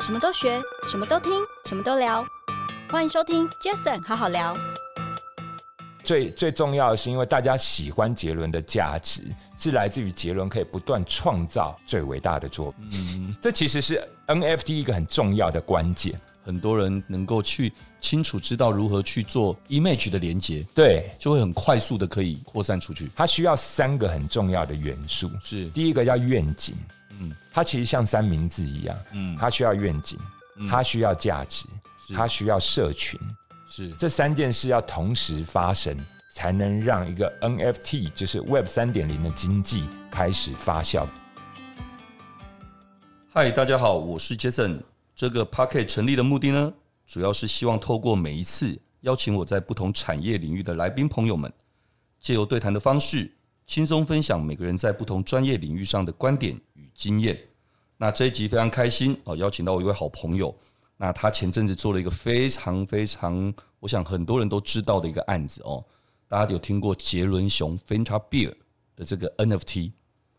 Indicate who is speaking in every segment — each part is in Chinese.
Speaker 1: 什么都学，什么都听，什么都聊。欢迎收听 Jason 好好聊。
Speaker 2: 最最重要的是，因为大家喜欢杰伦的价值是来自于杰伦可以不断创造最伟大的作品。嗯，这其实是 NFT 一个很重要的关键。
Speaker 3: 很多人能够去清楚知道如何去做 image 的连接，
Speaker 2: 对，
Speaker 3: 就会很快速的可以扩散出去。
Speaker 2: 它需要三个很重要的元素。
Speaker 3: 是
Speaker 2: 第一个叫愿景，
Speaker 3: 嗯
Speaker 2: 它其实像三明治一样，
Speaker 3: 嗯，
Speaker 2: 它需要愿景，它需要价值，
Speaker 3: 是
Speaker 2: 它需要社群。
Speaker 3: 是
Speaker 2: 这三件事要同时发生，才能让一个 NFT 就是 Web 三点零的经济开始发酵。
Speaker 3: 嗨，大家好，我是 Jason。这个 Pocket 成立的目的呢，主要是希望透过每一次邀请我在不同产业领域的来宾朋友们，借由对谈的方式，轻松分享每个人在不同专业领域上的观点与经验。那这一集非常开心哦，邀请到我一位好朋友。那他前阵子做了一个非常非常，我想很多人都知道的一个案子哦，大家有听过杰伦熊 Fanta Beer 的这个 NFT。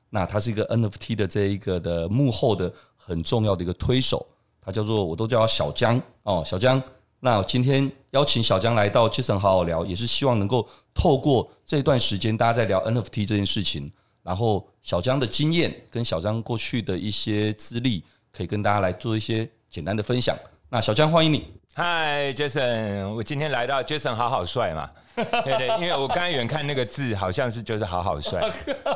Speaker 3: 那他是一个 NFT 的这一个的幕后的很重要的一个推手，他叫做我都叫他小江哦，小江。那我今天邀请小江来到 Jason 好好聊，也是希望能够透过这段时间大家在聊 NFT 这件事情，然后小江的经验跟小江过去的一些资历，可以跟大家来做一些简单的分享。那小江欢迎你，
Speaker 2: 嗨，Jason，我今天来到 Jason 好好帅 嘛？对对，因为我刚才远看那个字，好像是就是好好 帅。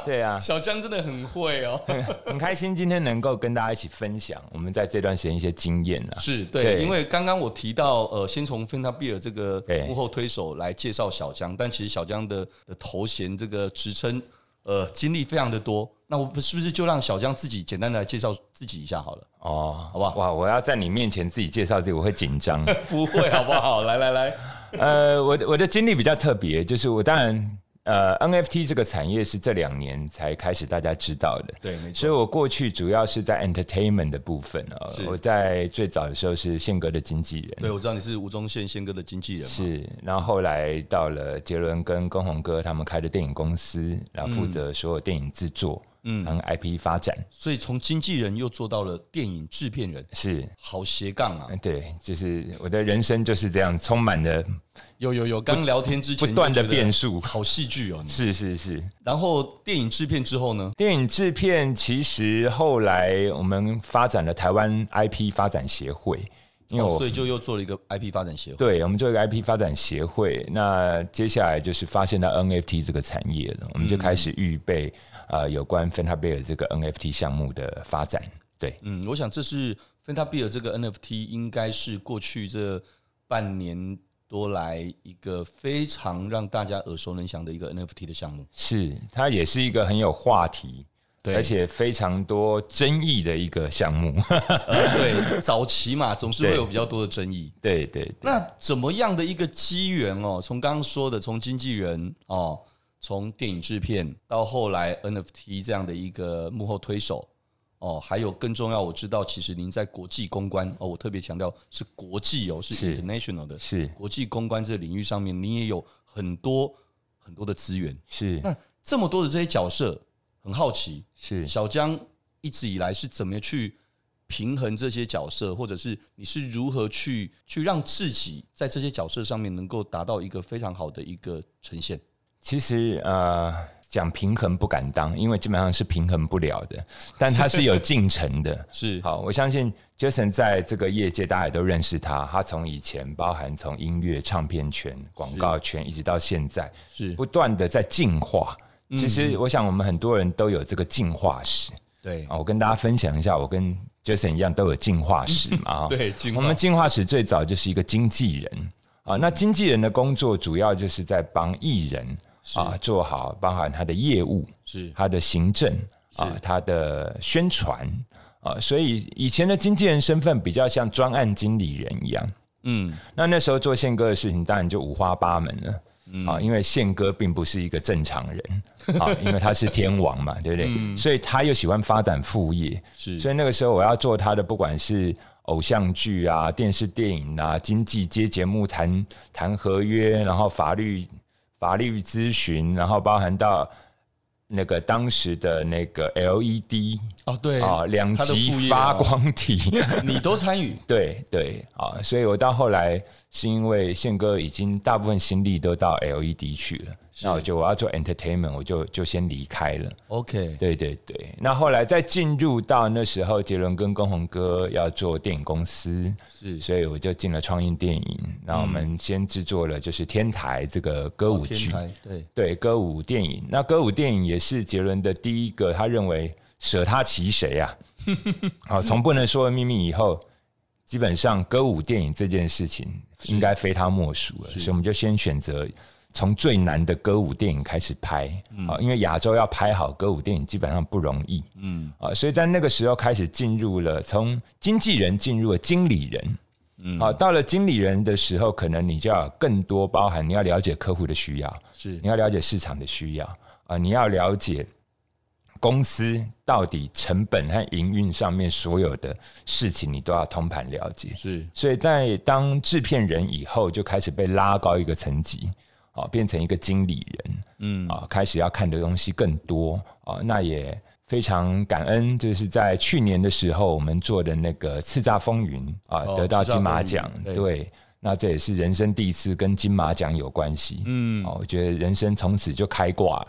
Speaker 2: 对啊，
Speaker 3: 小江真的很会哦，
Speaker 2: 很开心今天能够跟大家一起分享我们在这段时间一些经验啊。
Speaker 3: 是对，
Speaker 2: 对
Speaker 3: 因为刚刚我提到，呃，先从芬达比尔这个
Speaker 2: 对
Speaker 3: 幕后推手来介绍小江，但其实小江的的头衔这个职称，呃，经历非常的多。那我们是不是就让小江自己简单的来介绍自己一下好了？
Speaker 2: 哦，
Speaker 3: 好不好
Speaker 2: 哇，我要在你面前自己介绍自己，我会紧张。
Speaker 3: 不会，
Speaker 2: 啊
Speaker 3: 好不好？来来来，
Speaker 2: 呃，我的我的经历比较特别，就是我当然呃 NFT 这个产业是这两年才开始大家知道的，
Speaker 3: 对，没
Speaker 2: 所以
Speaker 3: 错，
Speaker 2: 我过去主要是在 entertainment 的部分哦
Speaker 3: 是。
Speaker 2: 我在最早的时候是宪哥的经纪人，
Speaker 3: 对，我知道你是吴宗宪宪哥的经纪人嘛，
Speaker 2: 是，然后后来到了杰伦跟龚宏哥他们开的电影公司，然后负责所有电影制作，嗯，跟 IP 发展，
Speaker 3: 所以从经纪人又做到了电影制片人，
Speaker 2: 是。
Speaker 3: 好斜杠啊！
Speaker 2: 嗯对，就是我的人生就是这样，充满了
Speaker 3: 有有有，刚聊天之
Speaker 2: 不
Speaker 3: 前
Speaker 2: 断的
Speaker 3: 就觉得
Speaker 2: 变数。
Speaker 3: 好戏剧哦。你
Speaker 2: 是是是，
Speaker 3: 然后电影制片之后呢？
Speaker 2: 电影制片其实后来我们发展了台湾 IP 发展协会，因为
Speaker 3: 哦
Speaker 2: 我、
Speaker 3: 所以就又做了一个 IP 发展协会。
Speaker 2: 对我们做一个 IP 发展协会，那接下来就是发现到 NFT 这个产业了，我们就开始预备、呃有关芬塔贝尔这个 NFT 项目的发展。对，
Speaker 3: 嗯，我想这是芬塔比尔这个 NFT 应该是过去这半年多来一个非常让大家耳熟能详的一个 NFT 的项目。
Speaker 2: 是它也是一个很有话题，
Speaker 3: 对
Speaker 2: 而 且非常多争议的一个项目。
Speaker 3: 呃对，早期嘛，总是会
Speaker 2: 对
Speaker 3: 有比较多的争议。
Speaker 2: 对对对，
Speaker 3: 那怎么样的一个机缘哦？从刚刚说的，从经纪人哦，从电影制片到后来 NFT 这样的一个幕后推手哦，还有更重要，我知道其实您在国际公关哦，我特别强调是国际哦，是
Speaker 2: 是
Speaker 3: international 的，
Speaker 2: 是
Speaker 3: 国际公关这个领域上面，你也有很多很多的资源。
Speaker 2: 是
Speaker 3: 那这么多的这些角色，很好奇，
Speaker 2: 是
Speaker 3: 小江一直以来是怎么去平衡这些角色，或者是你是如何去去让自己在这些角色上面能够达到一个非常好的一个呈现？
Speaker 2: 其实呃，讲平衡不敢当，因为基本上是平衡不了 的，但它是有进程的。
Speaker 3: 是
Speaker 2: 好，我相信 Jason 在这个业界大家也都认识他，他从以前包含从音乐、唱片圈、广告圈，一直到现在，
Speaker 3: 是，
Speaker 2: 不断的在进化。其
Speaker 3: 嗯
Speaker 2: 实我想我们很多人都有这个进化史
Speaker 3: 对
Speaker 2: 啊，我跟大家分享一下，我跟 Jason 一样都有进化史嘛啊。
Speaker 3: 对，进
Speaker 2: 我们进化史最早就是一个经纪人啊，那经纪人的工作主要就是在帮艺人啊做好包含他的业务、
Speaker 3: 是
Speaker 2: 他的行政啊、他的宣传啊，所以以前的经纪人身份比较像专案经理人一样。
Speaker 3: 嗯
Speaker 2: 那那时候做宪哥的事情，当然就五花八门了。
Speaker 3: 嗯
Speaker 2: 啊，因为宪哥并不是一个正常人啊，因为他是天王嘛，对不对？
Speaker 3: 嗯
Speaker 2: 所以他又喜欢发展副业，
Speaker 3: 是
Speaker 2: 所以那个时候我要做他的，不管是偶像剧啊、电视电影啊、经济接节目谈谈合约，然后法律法律咨询，然后包含到那个当时的那个 LED
Speaker 3: 哦，对
Speaker 2: 啊，两
Speaker 3: 它的副
Speaker 2: 极
Speaker 3: 业
Speaker 2: 发
Speaker 3: 啊
Speaker 2: 光体，
Speaker 3: 你都参与，
Speaker 2: 对对啊，所以我到后来是因为宪哥已经大部分心力都到 LED 去了，那我就我要做 entertainment，我就就先离开了。
Speaker 4: OK，
Speaker 2: 对对对，那后来再进入到那时候，杰伦跟公宏哥要做电影公司，
Speaker 3: 是
Speaker 2: 所以我就进了创意电影。那我们先制作了就是《天台》这个歌舞
Speaker 3: 哦
Speaker 4: 嗯哦天
Speaker 2: 剧，
Speaker 4: 台对，
Speaker 2: 对歌舞电影。那歌舞电影也是杰伦的第一个，他认为舍他其谁 啊？好，从不能说的秘密以后，基本上歌舞电影这件事情应该非他莫属了，所以我们就先选择。从最难的歌舞电影开始拍，啊、因为亚洲要拍好歌舞电影基本上不容易，嗯，啊、所以在那个时候开始进入了从经纪人进入了经理人，嗯，啊、到了经理人的时候，可能你就要有更多包含，你要了解客户的需要，
Speaker 3: 是
Speaker 2: 你要了解市场的需要啊、你要了解公司到底成本和营运上面所有的事情，你都要通盘了解。
Speaker 3: 是
Speaker 2: 所以在当制片人以后，就开始被拉高一个层级，哦，变成一个经理人，嗯，啊、开始要看的东西更多，哦，那也非常感恩，就是在去年的时候，我们做的那个《叱咤风云》啊、
Speaker 3: 哦
Speaker 2: 得到
Speaker 3: 叱咤
Speaker 2: 金马
Speaker 3: 风云
Speaker 2: 奖，
Speaker 3: 对
Speaker 2: 对。那这也是人生第一次跟金马奖有关系，嗯，哦，我觉得人生从此就开挂 了，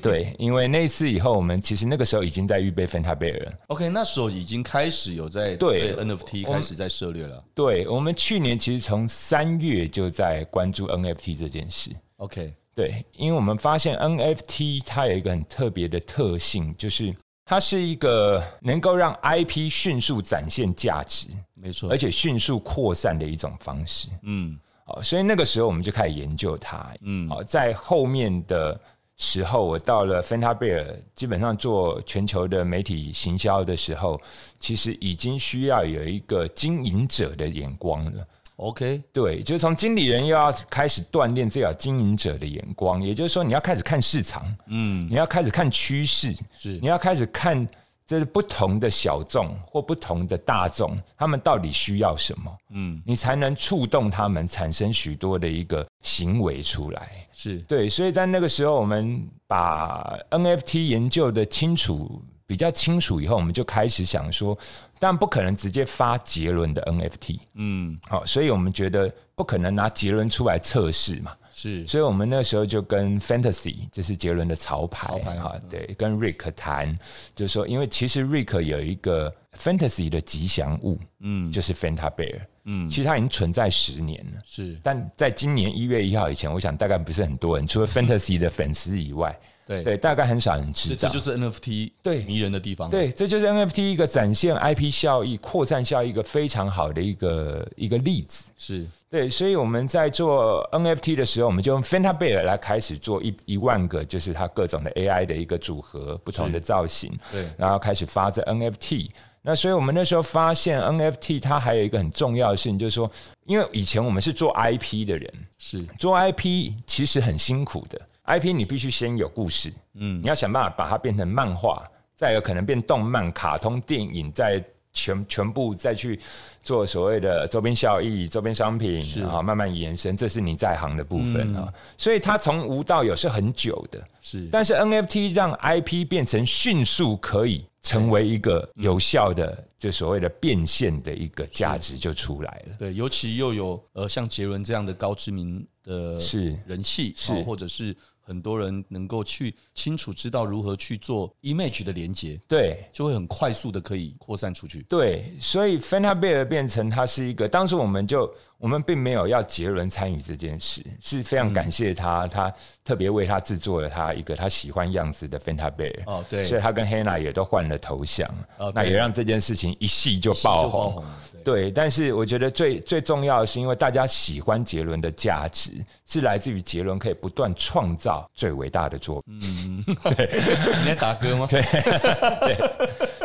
Speaker 2: 对，因为那一次以后，我们其实那个时候已经在预备芬塔贝尔了，
Speaker 3: OK，那时候已经开始有在
Speaker 2: 对
Speaker 3: 被 NFT
Speaker 2: 我们
Speaker 3: 开始在涉猎了。
Speaker 2: 对，我们去年其实从三月就在关注 NFT 这件事。
Speaker 3: OK，
Speaker 2: 对，因为我们发现 NFT 它有一个很特别的特性，就是它是一个能够让 IP 迅速展现价值，
Speaker 3: 没错
Speaker 2: 而，且迅速扩散的一种方式。
Speaker 3: 嗯，
Speaker 2: 哦，所以那个时候我们就开始研究它。嗯，哦，在后面的时候，我到了芬塔贝尔，基本上做全球的媒体行销的时候，其实已经需要有一个经营者的眼光了。
Speaker 3: OK，
Speaker 2: 对，就是从经理人又要开始锻炼这要经营者的眼光，也就是说，你要开始看市场，嗯，你要开始看趋势，
Speaker 3: 是
Speaker 2: 你要开始看这是不同的小众或不同的大众，他们到底需要什么，嗯，你才能触动他们，产生许多的一个行为出来。
Speaker 3: 是
Speaker 2: 对，所以在那个时候，我们把 NFT 研究的清楚。比较清楚以后，我们就开始想说，但不可能直接发杰伦的 NFT，
Speaker 3: 嗯，
Speaker 2: 好，所以我们觉得不可能拿杰伦出来测试嘛，
Speaker 3: 是
Speaker 2: 所以我们那时候就跟 Fantasy，就是杰伦的潮牌，
Speaker 3: 潮牌
Speaker 2: 啊，对，跟 Rick 谈，就说因为其实 Rick 有一个 Fantasy 的吉祥物，嗯，就是 Fanta Bear，嗯，其实它已经存在十年了。
Speaker 3: 是，
Speaker 2: 但在今年一月一号以前，我想大概不是很多人，除了 Fantasy 的粉丝以外，
Speaker 3: 嗯对
Speaker 2: 对，大概很少人知
Speaker 3: 这
Speaker 2: 道
Speaker 3: 这。就是 NFT
Speaker 2: 对
Speaker 3: 迷人的地方。，啊
Speaker 2: 对，这就是 NFT 一个展现 IP 效益、扩散效益一个非常好的一个一个例子。
Speaker 3: 是
Speaker 2: 对，所以我们在做 NFT 的时候，我们就用 Fanta Bear 来开始做一一万个，就是它各种的 AI 的一个组合，不同的造型，
Speaker 3: 对
Speaker 2: 然后开始发这 NFT。那所以我们那时候发现 NFT 它还有一个很重要的事情，就是说，因为以前我们是做 IP 的人，
Speaker 3: 是
Speaker 2: 做 IP 其实很辛苦的。IP 你必须先有故事，嗯，你要想办法把它变成漫画，再有可能变动漫、卡通、电影，再全全部再去做所谓的周边效益、周边商品啊，慢慢延伸，这是你在行的部分啊。所以它从无到有是很久的，
Speaker 3: 是，
Speaker 2: 但是 NFT 让 IP 变成迅速可以成为一个有效的，就所谓的变现的一个价值就出来了。
Speaker 3: 对，尤其又有呃像杰伦这样的高知名的
Speaker 2: 是
Speaker 3: 人气，
Speaker 2: 是
Speaker 3: 哦或者是很多人能够去清楚知道如何去做 image 的连接，
Speaker 2: 对，
Speaker 3: 就会很快速的可以扩散出去。
Speaker 2: 对，所以芬塔贝尔变成它是一个，当时我们就我们并没有要杰伦参与这件事，是非常感谢他，他特别为他制作了他一个他喜欢样子的芬塔贝尔。
Speaker 3: 哦，对，
Speaker 2: 所以他跟 Hannah 也都换了头像，
Speaker 3: 哦
Speaker 2: 那
Speaker 3: 对
Speaker 2: 也让这件事情一系就爆
Speaker 3: 就
Speaker 2: 红。
Speaker 3: 爆红了，对
Speaker 2: 对，但是我觉得最最重要的是，因为大家喜欢杰伦的价值是来自于杰伦可以不断创造最伟大的作品。
Speaker 3: 你在打 歌吗？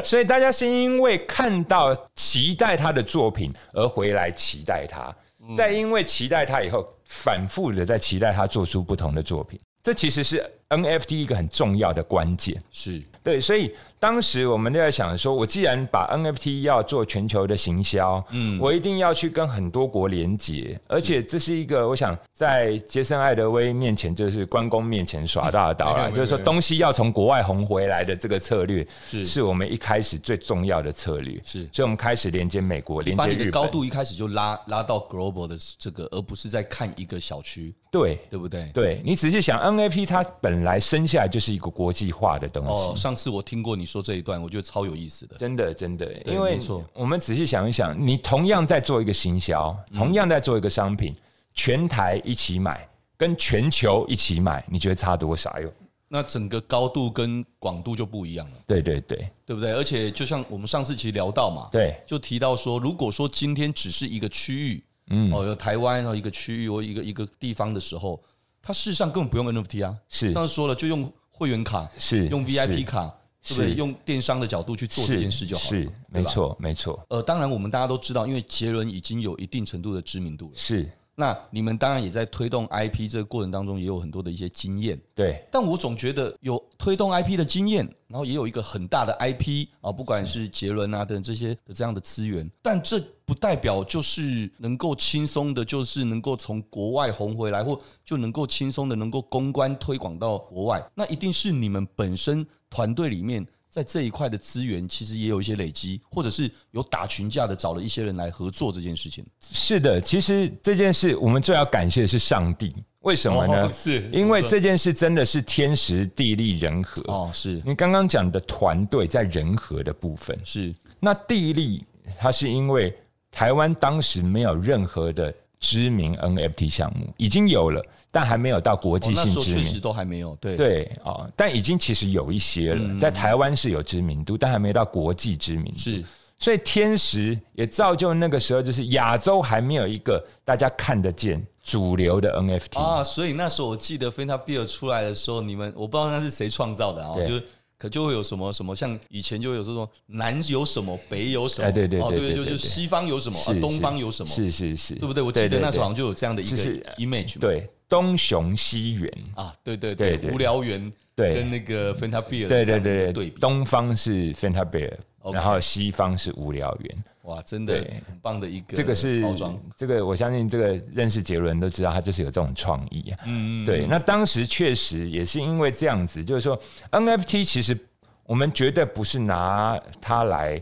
Speaker 2: 所以大家是因为看到期待他的作品而回来期待他，再因为期待他以后，反复的在期待他做出不同的作品。这其实是 NFT 一个很重要的关键。
Speaker 3: 是
Speaker 2: 对，所以当时我们就在想说，我既然把 NFT 要做全球的行销，嗯，我一定要去跟很多国连接，而且这是一个我想在杰森艾德威面前，就是关公面前耍大刀啦，就是说东西要从国外红回来的这个策略，
Speaker 3: 是
Speaker 2: 是我们一开始最重要的策略，
Speaker 3: 是
Speaker 2: 所以我们开始连接美国，连
Speaker 3: 把
Speaker 2: 接
Speaker 3: 你的
Speaker 2: 日
Speaker 3: 高
Speaker 2: 本，
Speaker 3: 度一开始就拉拉到 global 的这个，而不是在看一个小区，
Speaker 2: 对。
Speaker 3: 对不对？
Speaker 2: 对你仔细想，NFT 它本来生下来就是一个国际化的东西，
Speaker 3: 哦，上次我听过你说这一段，我觉得超有意思的。
Speaker 2: 真的，真的，因为
Speaker 3: 没错
Speaker 2: 我们仔细想一想，你同样在做一个行销，
Speaker 3: 嗯
Speaker 2: 同样在做一个商品，全台一起买，跟全球一起买，你觉得差多少哟？
Speaker 3: 那整个高度跟广度就不一样了，
Speaker 2: 对对对
Speaker 3: 对不对？而且就像我们上次其实聊到嘛，
Speaker 2: 对，
Speaker 3: 就提到说，如果说今天只是一个区域，嗯，哦，有台湾然后一个区域或一个一个地方的时候，它事实上根本不用 NFT 啊，
Speaker 2: 是
Speaker 3: 上次说了就用会员卡，
Speaker 2: 是
Speaker 3: 用 VIP 卡，
Speaker 2: 是
Speaker 3: 对不对？用电商的角度去做这件事就好了，
Speaker 2: 是
Speaker 3: 对吧
Speaker 2: 没。错没错，
Speaker 3: 呃，当然我们大家都知道，因为杰伦已经有一定程度的知名度了，
Speaker 2: 是
Speaker 3: 那你们当然也在推动 IP 这个过程当中也有很多的一些经验。
Speaker 2: 对
Speaker 3: 但我总觉得有推动 IP 的经验，然后也有一个很大的 IP 啊，不管是杰伦啊等这些的这样的资源，但这不代表就是能够轻松的，就是能够从国外红回来，或就能够轻松的能够公关推广到国外。那一定是你们本身团队里面在这一块的资源其实也有一些累积，或者是有打群架的找了一些人来合作这件事情。
Speaker 2: 是的。其实这件事，我们最要感谢的是上帝，为什么呢？
Speaker 3: 哦是
Speaker 2: 因为这件事真的是天时地利人和。
Speaker 3: 哦是
Speaker 2: 你刚刚讲的团队在人和的部分，
Speaker 3: 是
Speaker 2: 那地利，它是因为台湾当时没有任何的知名 NFT 项目，已经有了，但还没有到国
Speaker 3: 哦
Speaker 2: 际
Speaker 3: 那时
Speaker 2: 性
Speaker 3: 候
Speaker 2: 知
Speaker 3: 确
Speaker 2: 名。
Speaker 3: 实都还没有对
Speaker 2: 对哦，但已经其实有一些了，
Speaker 3: 嗯
Speaker 2: 在台湾是有知名度，但还没到国际知名度。
Speaker 3: 是
Speaker 2: 所以天时也造就那个时候，就是亚洲还没有一个大家看得见主流的 NFT。
Speaker 3: 啊，所以那时候我记得 Fanta Beer 出来的时候，你们我不知道那是谁创造的啊，
Speaker 2: 对
Speaker 3: 就是可就会有什么什么，像以前就会有这种南有什么，北有什么，
Speaker 2: 哎对对
Speaker 3: 哦
Speaker 2: 对
Speaker 3: 对
Speaker 2: 对
Speaker 3: 就
Speaker 2: 对对
Speaker 3: 是西方有什么，啊
Speaker 2: 是
Speaker 3: 东方有什么，
Speaker 2: 是是是，
Speaker 3: 对不对？我记得那时候好像
Speaker 2: 像
Speaker 3: 就有这样的一个
Speaker 2: 就是
Speaker 3: image 嘛
Speaker 2: 对东雄西源，
Speaker 3: 啊，对对
Speaker 2: 对对
Speaker 3: 无聊猿
Speaker 2: 对
Speaker 3: 跟那个 Fanta Beer
Speaker 2: 对对
Speaker 3: 这样的一
Speaker 2: 对对
Speaker 3: 个对，比，
Speaker 2: 东方是 Fanta Bear，
Speaker 3: OK
Speaker 2: 然后西方是无聊猿，
Speaker 3: 哇，真的
Speaker 2: 对
Speaker 3: 很棒的一个
Speaker 2: 这个是
Speaker 3: 包装，
Speaker 2: 这个我相信这个认识杰伦都知道，他就是有这种创意啊。
Speaker 3: 嗯嗯
Speaker 2: 对，那当时确实也是因为这样子，就是说 NFT 其实我们绝对不是拿它来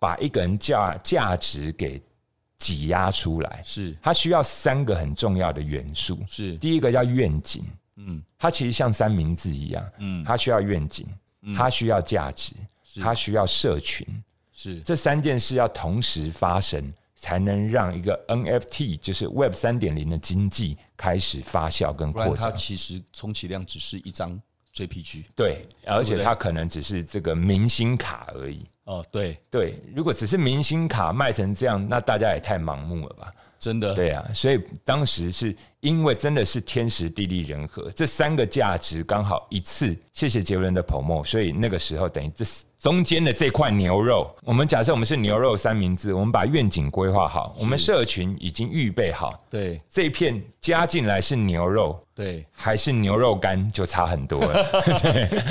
Speaker 2: 把一个人价价值给挤压出来，
Speaker 3: 是
Speaker 2: 它需要三个很重要的元素，
Speaker 3: 是
Speaker 2: 第一个叫愿景，
Speaker 3: 嗯
Speaker 2: 它其实像三明治一样，
Speaker 3: 嗯
Speaker 2: 它需要愿景，它需要价值，它需要社群，
Speaker 3: 是
Speaker 2: 这三件事要同时发生，才能让一个 NFT 就是 Web 三点零的经济开始发酵跟
Speaker 3: 不然
Speaker 2: 扩
Speaker 3: 它
Speaker 2: 展。
Speaker 3: 其实充其量只是一张 JPG
Speaker 2: 对，而
Speaker 3: 对不
Speaker 2: 且
Speaker 3: 对
Speaker 2: 它可能只是这个明星卡而已。
Speaker 3: 哦，对，
Speaker 2: 对，如果只是明星卡卖成这样，那大家也太盲目了吧？
Speaker 3: 真的
Speaker 2: 对啊，所以当时是因为真的是天时地利人和，这三个价值刚好一次。谢谢杰伦的 promo，所以那个时候等于这中间的这块牛肉，我们假设我们是牛肉三明治，我们把愿景规划好，我们社群已经预备好，
Speaker 3: 对
Speaker 2: 这片加进来是牛肉
Speaker 3: 对，
Speaker 2: 还是牛肉干就差很多 了。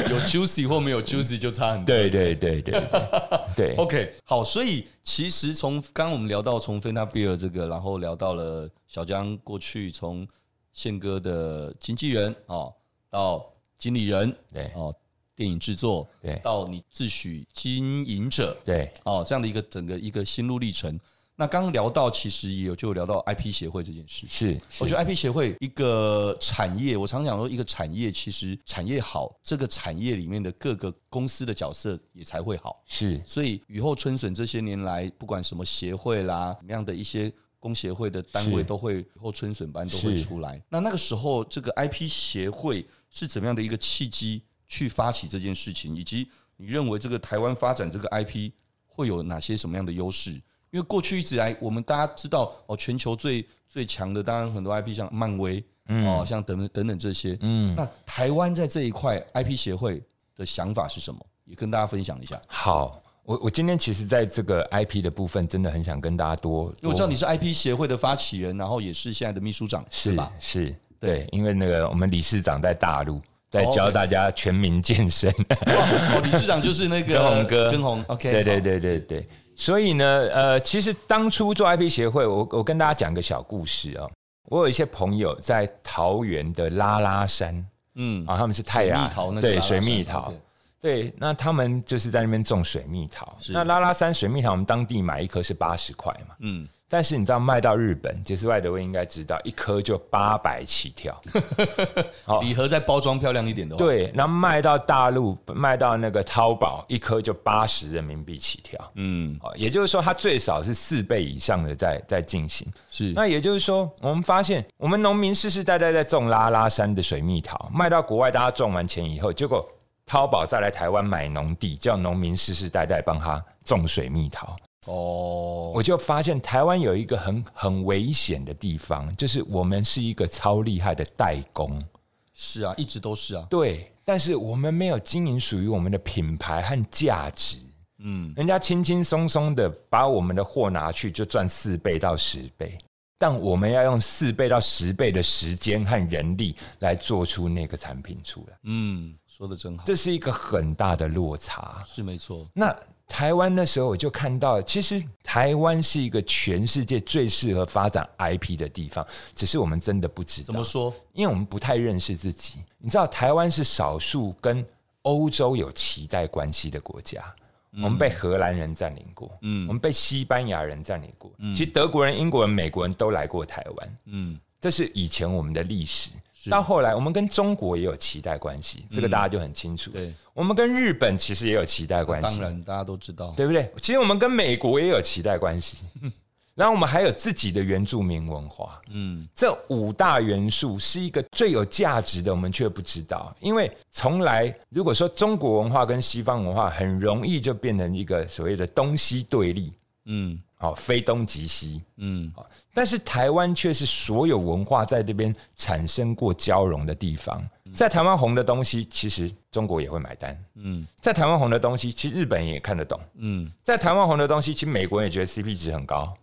Speaker 3: 有 juicy 或没有 juicy 就差很多。
Speaker 2: 对对对对 对对，
Speaker 3: OK，好，所以其实从刚刚我们聊到从菲娜比尔这个，然后聊到了小江过去从宪哥的经纪人哦，到经理人
Speaker 2: 对
Speaker 3: 哦，电影制作
Speaker 2: 对
Speaker 3: 到你自诩经营者
Speaker 2: 对
Speaker 3: 哦，这样的一个整个一个心路历程。那刚刚聊到，其实也有就聊到 IP 协会这件事，
Speaker 2: 是，
Speaker 3: 我觉
Speaker 2: 得
Speaker 3: 得 IP 协会一个产业，我常讲说，一个产业其实产业好，这个产业里面的各个公司的角色也才会好。
Speaker 2: 是
Speaker 3: 所以雨后春笋这些年来，不管什么协会啦，怎么样的一些工协会的单位
Speaker 2: 是
Speaker 3: 都会雨后春笋般都会
Speaker 2: 是
Speaker 3: 出来。那那个时候，这个 IP 协会是怎么样的一个契机去发起这件事情，以及你认为这个台湾发展这个 IP 会有哪些什么样的优势？因为过去一直来，我们大家知道哦，全球最最强的当然很多 IP，像漫威、
Speaker 2: 嗯
Speaker 3: 哦，像等等等等这些。嗯，那台湾在这一块 IP 协会的想法是什么？也跟大家分享一下。
Speaker 2: 好。我我今天其实在这个 IP 的部分，真的很想跟大家多，
Speaker 3: 因为我知道你是 IP 协会的发起人，然后也是现在的秘书长，
Speaker 2: 是
Speaker 3: 吧？
Speaker 2: 是，对，因为那个我们理事长在大陆，对，
Speaker 3: 哦，OK
Speaker 2: 教大家全民健身。
Speaker 3: 哦，哦理事长就是那个
Speaker 2: 跟红哥
Speaker 3: 跟红，OK，
Speaker 2: 对对
Speaker 3: 好，
Speaker 2: 对对对。所以呢，呃，其实当初做 IP 协会，我我跟大家讲个小故事哦。我有一些朋友在桃园的拉拉山
Speaker 3: 嗯，
Speaker 2: 啊，他们是泰雅
Speaker 3: 水蜜桃那个拉
Speaker 2: 对
Speaker 3: 拉山
Speaker 2: 水蜜桃
Speaker 3: OK，
Speaker 2: 对，那他们就是在那边种水蜜桃。
Speaker 3: 是
Speaker 2: 那拉拉山水蜜桃，我们当地买一颗是八十块嘛，
Speaker 3: 嗯，
Speaker 2: 但是你知道卖到日本，杰斯外德威应该知道，一颗就八百起跳。好
Speaker 3: 礼盒再包装漂亮一点的话，，
Speaker 2: 对，那卖到大陆，卖到那个淘宝，一颗就八十人民币起跳。
Speaker 3: 嗯，
Speaker 2: 哦，也就是说，它最少是四倍以上的在在进行。
Speaker 3: 是，
Speaker 2: 那也就是说，我们发现我们农民世世代代在种拉拉山的水蜜桃，卖到国外，大家种完钱以后，结果淘宝再来台湾买农地，叫农民世世代代帮他种水蜜桃。
Speaker 3: 哦，
Speaker 2: 我就发现台湾有一个很很危险的地方，就是我们是一个超厉害的代工，
Speaker 3: 是啊，一直都是啊，
Speaker 2: 对，但是我们没有经营属于我们的品牌和价值。
Speaker 3: 嗯，
Speaker 2: 人家轻轻松松的把我们的货拿去，就赚四倍到十倍，但我们要用四倍到十倍的时间和人力来做出那个产品出来，
Speaker 3: 嗯，说的真好，
Speaker 2: 这是一个很大的落差。
Speaker 3: 是没错，
Speaker 2: 那台湾那时候我就看到，其实台湾是一个全世界最适合发展 IP 的地方，只是我们真的不知
Speaker 3: 怎
Speaker 2: 道
Speaker 3: 么，说？
Speaker 2: 因为我们不太认识自己。你知道，台湾是少数跟欧洲有脐带关系的国家，我们被荷兰人占领过，
Speaker 3: 嗯
Speaker 2: 我们被西班牙人占领过，其实德国人、英国人、美国人都来过台湾，
Speaker 3: 嗯，
Speaker 2: 这是以前我们的历史。到后来，我们跟中国也有脐带关系，这个大家就很清楚。
Speaker 3: 嗯对，哦
Speaker 2: 我们跟日本其实也有脐带关系，
Speaker 3: 当然大家都知道，
Speaker 2: 对不对？其实我们跟美国也有脐带关 系，然后我们还有自己的原住民文化。
Speaker 3: 嗯，
Speaker 2: 这五大元素是一个最有价值的，我们却不知道，因为从来如果说中国文化跟西方文化很容易就变成一个所谓的东西对立，
Speaker 3: 嗯，
Speaker 2: 哦，非东即西，
Speaker 3: 嗯，
Speaker 2: 哦，但是台湾却是所有文化在这边产生过交融的地方，在台湾红的东西，其实中国也会买单，
Speaker 3: 嗯，
Speaker 2: 在台湾红的东西，其实日本也看得懂，
Speaker 3: 嗯，
Speaker 2: 在台湾红的东西，其实美国人也觉得 CP 值很高。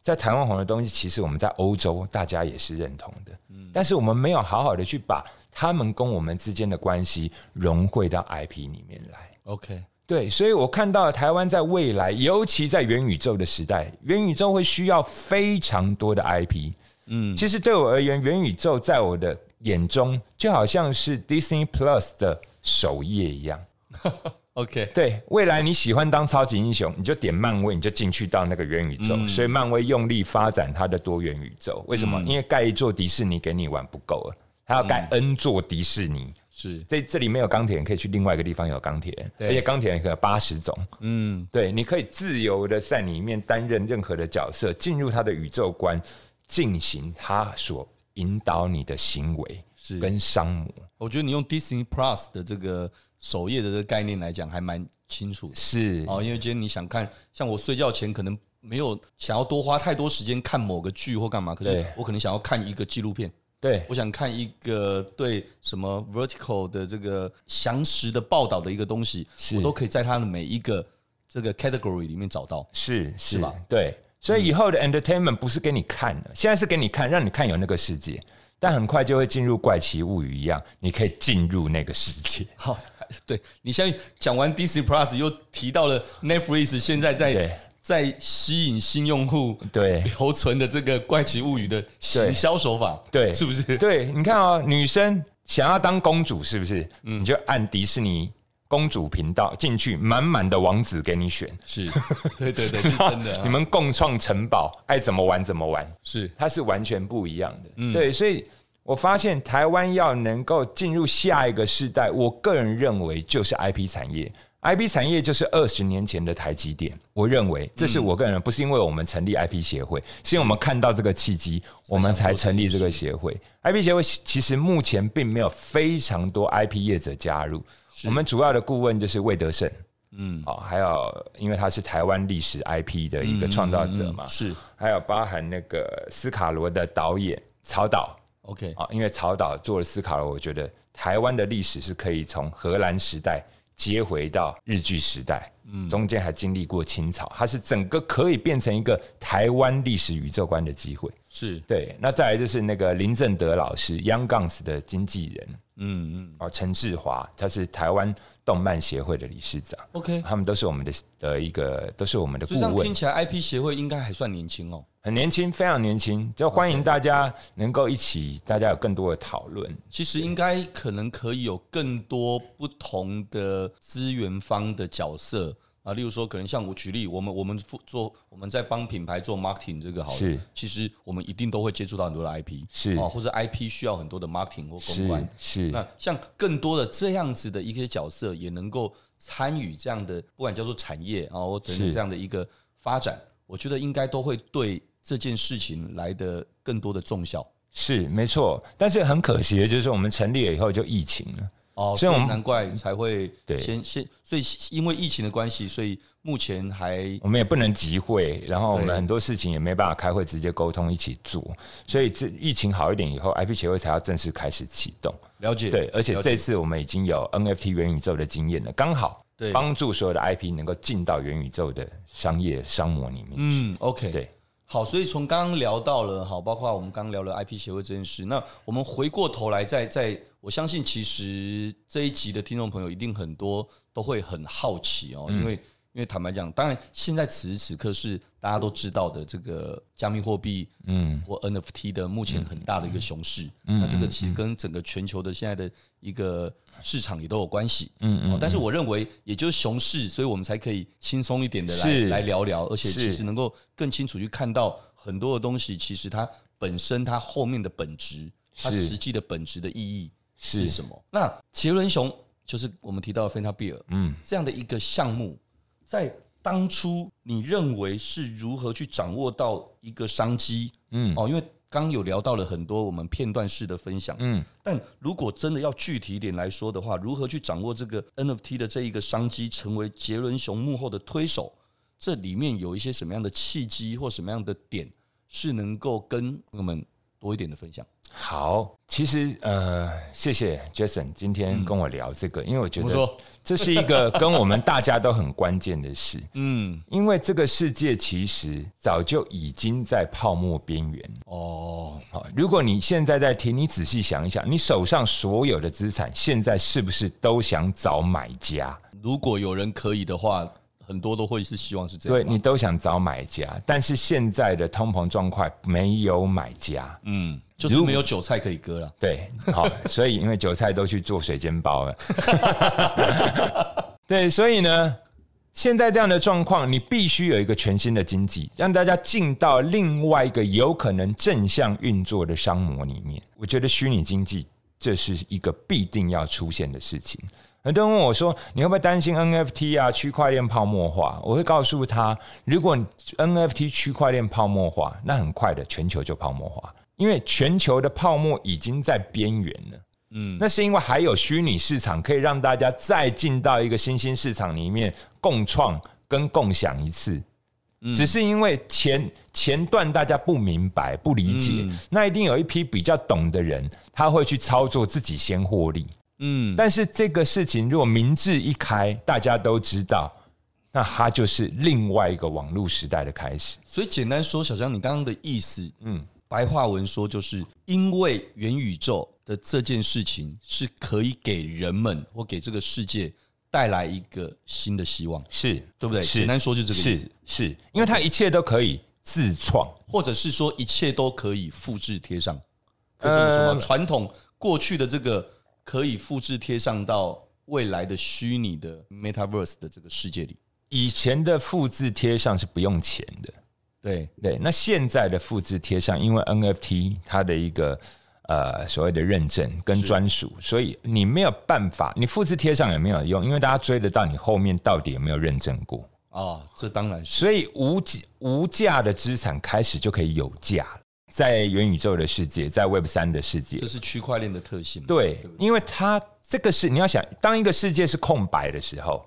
Speaker 2: 在台湾红的东西，其实我们在欧洲大家也是认同的。但是我们没有好好的去把他们跟我们之间的关系融汇到 IP 里面来。
Speaker 3: OK，
Speaker 2: 对，所以我看到了台湾在未来，尤其在元宇宙的时代，元宇宙会需要非常多的 IP。嗯，其实对我而言，元宇宙在我的眼中就好像是 Disney Plus 的首页一样。
Speaker 3: OK，
Speaker 2: 对，未来你喜欢当超级英雄，你就点漫威，你就进去到那个元宇宙。所以漫威用力发展它的多元宇宙，为什么？因为盖一座迪士尼给你玩不够了，它要盖 N 座迪士尼。
Speaker 3: 是，
Speaker 2: 这这里没有钢铁人，可以去另外一个地方有钢铁人，
Speaker 3: 对
Speaker 2: 而且钢铁人可有八十种。
Speaker 3: 嗯，
Speaker 2: 对，你可以自由的在里面担任任何的角色，进入他的宇宙观，进行他所引导你的行为
Speaker 3: 是
Speaker 2: 跟商模。
Speaker 3: 我觉得你用 Disney Plus 的这个首页的这个概念来讲，还蛮清楚的。
Speaker 2: 是
Speaker 3: 哦，因为今天你想看，像我睡觉前可能没有想要多花太多时间看某个剧或干嘛，可是
Speaker 2: 对
Speaker 3: 我可能想要看一个纪录片，
Speaker 2: 对
Speaker 3: 我想看一个对什么 Vertical 的这个详实的报道的一个东西，
Speaker 2: 是
Speaker 3: 我都可以在它的每一个这个 category 里面找到。
Speaker 2: 是是
Speaker 3: 吧
Speaker 2: 对，所以以后的 entertainment 不是给你看的，现在是给你看，让你看有那个世界，但很快就会进入怪奇物语一样，你可以进入那个世 界。
Speaker 3: 好，对你现在讲完 Disney Plus 又提到了 Netflix，现在
Speaker 2: 对
Speaker 3: 在在吸引新用户
Speaker 2: 对
Speaker 3: 留存的这个怪奇物语的行销手法，
Speaker 2: 对
Speaker 3: 是不是？
Speaker 2: 对，你看哦，女生想要当公主是不是？
Speaker 3: 嗯
Speaker 2: 你就按迪士尼公主频道进去，满满的王子给你选，
Speaker 3: 是，对对对，是真的 啊、
Speaker 2: 你们共创城堡，爱怎么玩怎么玩。
Speaker 3: 是
Speaker 2: 它是完全不一样的。对，所以我发现台湾要能够进入下一个世代，我个人认为就是 IP 产业。IP 产业就是二十年前的台积电，我认为这是我个人，不是因为我们成立 IP 协会，是因为我们看到这个契机，我们才成立这个协会。IP 协会其实目前并没有非常多 IP 业者加入，我们主要的顾问就是魏德胜，嗯，哦，还有因为他是台湾历史 IP 的一个创造者嘛，
Speaker 3: 是
Speaker 2: 还有包含那个斯卡罗的导演曹导
Speaker 3: OK，
Speaker 2: 啊，因为曹导做了斯卡罗，我觉得台湾的历史是可以从荷兰时代接回到日据时代，嗯，中间还经历过清朝，它是整个可以变成一个台湾历史宇宙观的机会。
Speaker 3: 是，
Speaker 2: 对，那再来就是那个林正德老师，Young Guns 的经纪人
Speaker 3: 嗯嗯
Speaker 2: 哦，陈志华，他是台湾动漫协会的理事长，
Speaker 3: ，OK。
Speaker 2: 他们都是我们的的一个，都是我们的顾
Speaker 3: 所以这样
Speaker 2: 问
Speaker 3: 听，起来，IP 协会应该还算年轻哦。
Speaker 2: 很年轻，非常年轻，就欢迎大家能够一起，大家有更多的讨论。
Speaker 3: 其实应该可能可以有更多不同的资源方的角色啊，例如说，可能像我举例，我们我们负做我们在帮品牌做 marketing 这个好了，
Speaker 2: 是
Speaker 3: 其实我们一定都会接触到很多的 IP，
Speaker 2: 是
Speaker 3: 啊，或者 IP 需要很多的 marketing 或公
Speaker 2: 是
Speaker 3: 关。
Speaker 2: 是
Speaker 3: 那像更多的这样子的一些角色，也能够参与这样的，不管叫做产业啊，或者
Speaker 2: 是
Speaker 3: 这样的一个发展，我觉得应该都会对这件事情来的更多的重效。
Speaker 2: 是，没错。但是很可惜的就是，我们成立了以后就疫情了。
Speaker 3: 哦，
Speaker 2: 所
Speaker 3: 所
Speaker 2: 以
Speaker 3: 以
Speaker 2: 我们
Speaker 3: 难怪才会
Speaker 2: 对
Speaker 3: 先先，所以因为疫情的关系，所以目前还
Speaker 2: 我们也不能集会，然后我们
Speaker 3: 对
Speaker 2: 很多事情也没办法开会直接沟通一起做，所以这疫情好一点以后，IP 协会才要正式开始启动。
Speaker 3: 了解
Speaker 2: 对，而且
Speaker 3: 了
Speaker 2: 这
Speaker 3: 解
Speaker 2: 次我们已经有 NFT 元宇宙的经验了，刚好
Speaker 3: 对
Speaker 2: 帮助所有的 IP 能够进到元宇宙的商业商模里面去。
Speaker 3: 嗯，OK，
Speaker 2: 对，
Speaker 3: 好，所以从刚刚聊到了，好，包括我们刚刚聊了 IP 协会这件事，那我们回过头来再，再我相信其实这一集的听众朋友一定很多都会很好奇哦，因为因为坦白讲，当然现在此时此刻是大家都知道的这个加密货币，嗯，或 NFT 的目前很大的一个熊市，那这个其实跟整个全球的现在的一个市场也都有关系，
Speaker 2: 嗯
Speaker 3: 嗯，但是我认为也就是熊市，所以我们才可以轻松一点的来
Speaker 2: 是
Speaker 3: 来聊聊，而且其
Speaker 2: 是
Speaker 3: 实能够更清楚去看到很多的东西，其实它本身它后面的本质，它
Speaker 2: 是
Speaker 3: 实际的本质的意义
Speaker 2: 是
Speaker 3: 是什么？那杰伦熊就是我们提到的 Fanta Beer，
Speaker 2: 嗯
Speaker 3: 嗯，这样的一个项目，在当初你认为是如何去掌握到一个商机？
Speaker 2: 嗯
Speaker 3: 嗯，哦，因为刚有聊到了很多我们片段式的分享，
Speaker 2: 嗯，
Speaker 3: 但如果真的要具体一点来说的话，如何去掌握这个 NFT 的这一个商机，成为杰伦熊幕后的推手，这里面有一些什么样的契机或什么样的点是能够跟我们多一点的分享？
Speaker 2: 好，其实呃，谢谢 Jason 今天跟我聊这个，因为我觉
Speaker 3: 嗯
Speaker 2: 得
Speaker 3: 怎么说
Speaker 2: 这是一个跟我们大家都很关键的事。
Speaker 3: 嗯，
Speaker 2: 因为这个世界其实早就已经在泡沫边缘。
Speaker 3: 哦，
Speaker 2: 好，如果你现在在听，你仔细想一想，你手上所有的资产现在是不是都想找买家？
Speaker 3: 如果有人可以的话，很多都会是希望是这样
Speaker 2: 对
Speaker 3: 吧。
Speaker 2: 你都想找买家，但是现在的通膨状况没有买家。
Speaker 3: 嗯，就是没有韭菜可以割了。
Speaker 2: 对，好，所以因为韭菜都去做水煎包了。对，所以呢，现在这样的状况，你必须有一个全新的经济，让大家进到另外一个有可能正向运作的商模里面。我觉得虚拟经济这是一个必定要出现的事情。很多人问我说：“你会不会担心 NFT 啊、区块链泡沫化？”我会告诉他，如果 NFT 区块链泡沫化，那很快的全球就泡沫化，因为全球的泡沫已经在边缘了。那是因为还有虚拟市场可以让大家再进到一个新兴市场里面共创跟共享一次。只是因为前前段大家不明白、不理解，那一定有一批比较懂的人，他会去操作自己先获利。
Speaker 3: 嗯，
Speaker 2: 但是这个事情如果明智一开，大家都知道，那它就是另外一个网络时代的开始。
Speaker 3: 所以简单说，小江，你刚刚的意思，
Speaker 2: 嗯
Speaker 3: 嗯，白话文说就是因为元宇宙的这件事情是可以给人们或给这个世界带来一个新的希望，
Speaker 2: 是
Speaker 3: 对不对？
Speaker 2: 是
Speaker 3: 简单说就这个意
Speaker 2: 是
Speaker 3: 思，
Speaker 2: 是，因为它一切都可以自创。
Speaker 3: 或者是说一切都可以复制贴上，可以这么说吗？
Speaker 2: 呃
Speaker 3: 传统过去的这个可以复制贴上到未来的虚拟的 Metaverse 的这个世界里，
Speaker 2: 以前的复制贴上是不用钱的，
Speaker 3: 对，
Speaker 2: 对，那现在的复制贴上，因为 NFT 它的一个呃所谓的认证跟专属，所以你没有办法，你复制贴上也没有用，因为大家追得到你后面到底有没有认证过，
Speaker 3: 啊，这当然是
Speaker 2: 所以无价无价的资产开始就可以有价了，在元宇宙的世界，在 Web 三的世界
Speaker 3: 这，是区块链的特性嘛，
Speaker 2: 对，因为它这个是你要想，当一个世界是空白的时候，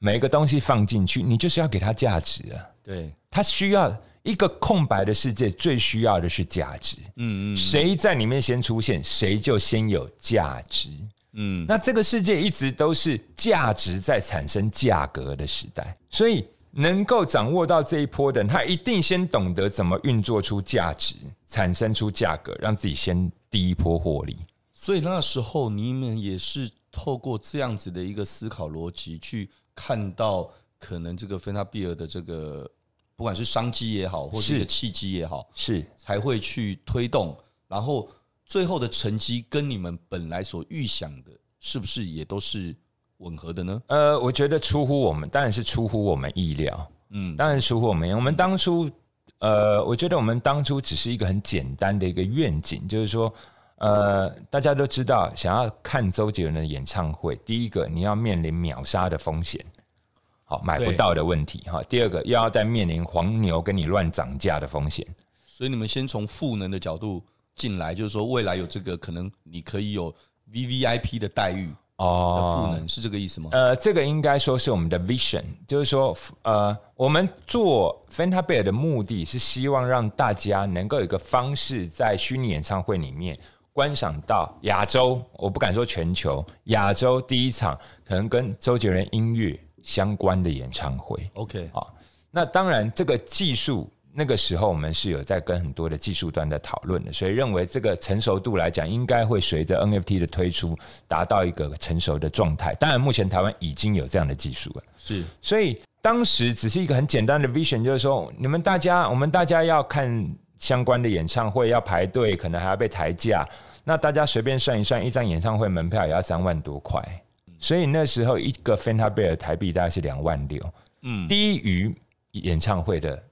Speaker 2: 每一个东西放进去，你就是要给它价值啊。
Speaker 3: 对，
Speaker 2: 它需要一个空白的世界，最需要的是价值。
Speaker 3: 嗯嗯
Speaker 2: 谁在里面先出现，谁就先有价值。
Speaker 3: 嗯。
Speaker 2: 那这个世界一直都是价值在产生价格的时代，所以能够掌握到这一波的人，他一定先懂得怎么运作出价值，产生出价格，让自己先第一波获利。
Speaker 3: 所以那时候你们也是透过这样子的一个思考逻辑去看到可能这个芬纳比尔的这个不管是商机也好，或是一个
Speaker 2: 是
Speaker 3: 契机也好，
Speaker 2: 是
Speaker 3: 才会去推动，然后最后的成绩跟你们本来所预想的，是不是也都是吻合的呢？
Speaker 2: 呃，我觉得出乎我们，当然是出乎我们意料，
Speaker 3: 嗯，
Speaker 2: 当然出乎我们意料。我们当初，呃，我觉得我们当初只是一个很简单的一个愿景，就是说，呃，大家都知道，想要看周杰伦的演唱会，第一个你要面临秒杀的风险，好买不
Speaker 3: 对
Speaker 2: 到的问题哈；第二个又要再面临黄牛跟你乱涨价的风险，
Speaker 3: 所以你们先从赋能的角度进来，就是说未来有这个可能，你可以有 V V I P 的待遇
Speaker 2: 哦
Speaker 3: 的赋能，是这个意思吗？
Speaker 2: 呃，这个应该说是我们的 vision，就是说，呃，我们做 Fanta Bear 的目的是希望让大家能够有一个方式，在虚拟演唱会里面观赏到亚洲，我不敢说全球，亚洲第一场可能跟周杰伦音乐相关的演唱会。
Speaker 3: OK，
Speaker 2: 啊。那当然，这个技术那个时候我们是有在跟很多的技术端的讨论的，所以认为这个成熟度来讲，应该会随着 NFT 的推出达到一个成熟的状态。当然，目前台湾已经有这样的技术了，
Speaker 3: 是
Speaker 2: 所以当时只是一个很简单的 vision，就是说你们大家，我们大家要看相关的演唱会，要排队，可能还要被抬价。那大家随便算一算，一张演唱会门票也要三万多块，所以那时候一个 Fanta 贝尔台币大概是两万六，
Speaker 3: 嗯
Speaker 2: 低于演唱会的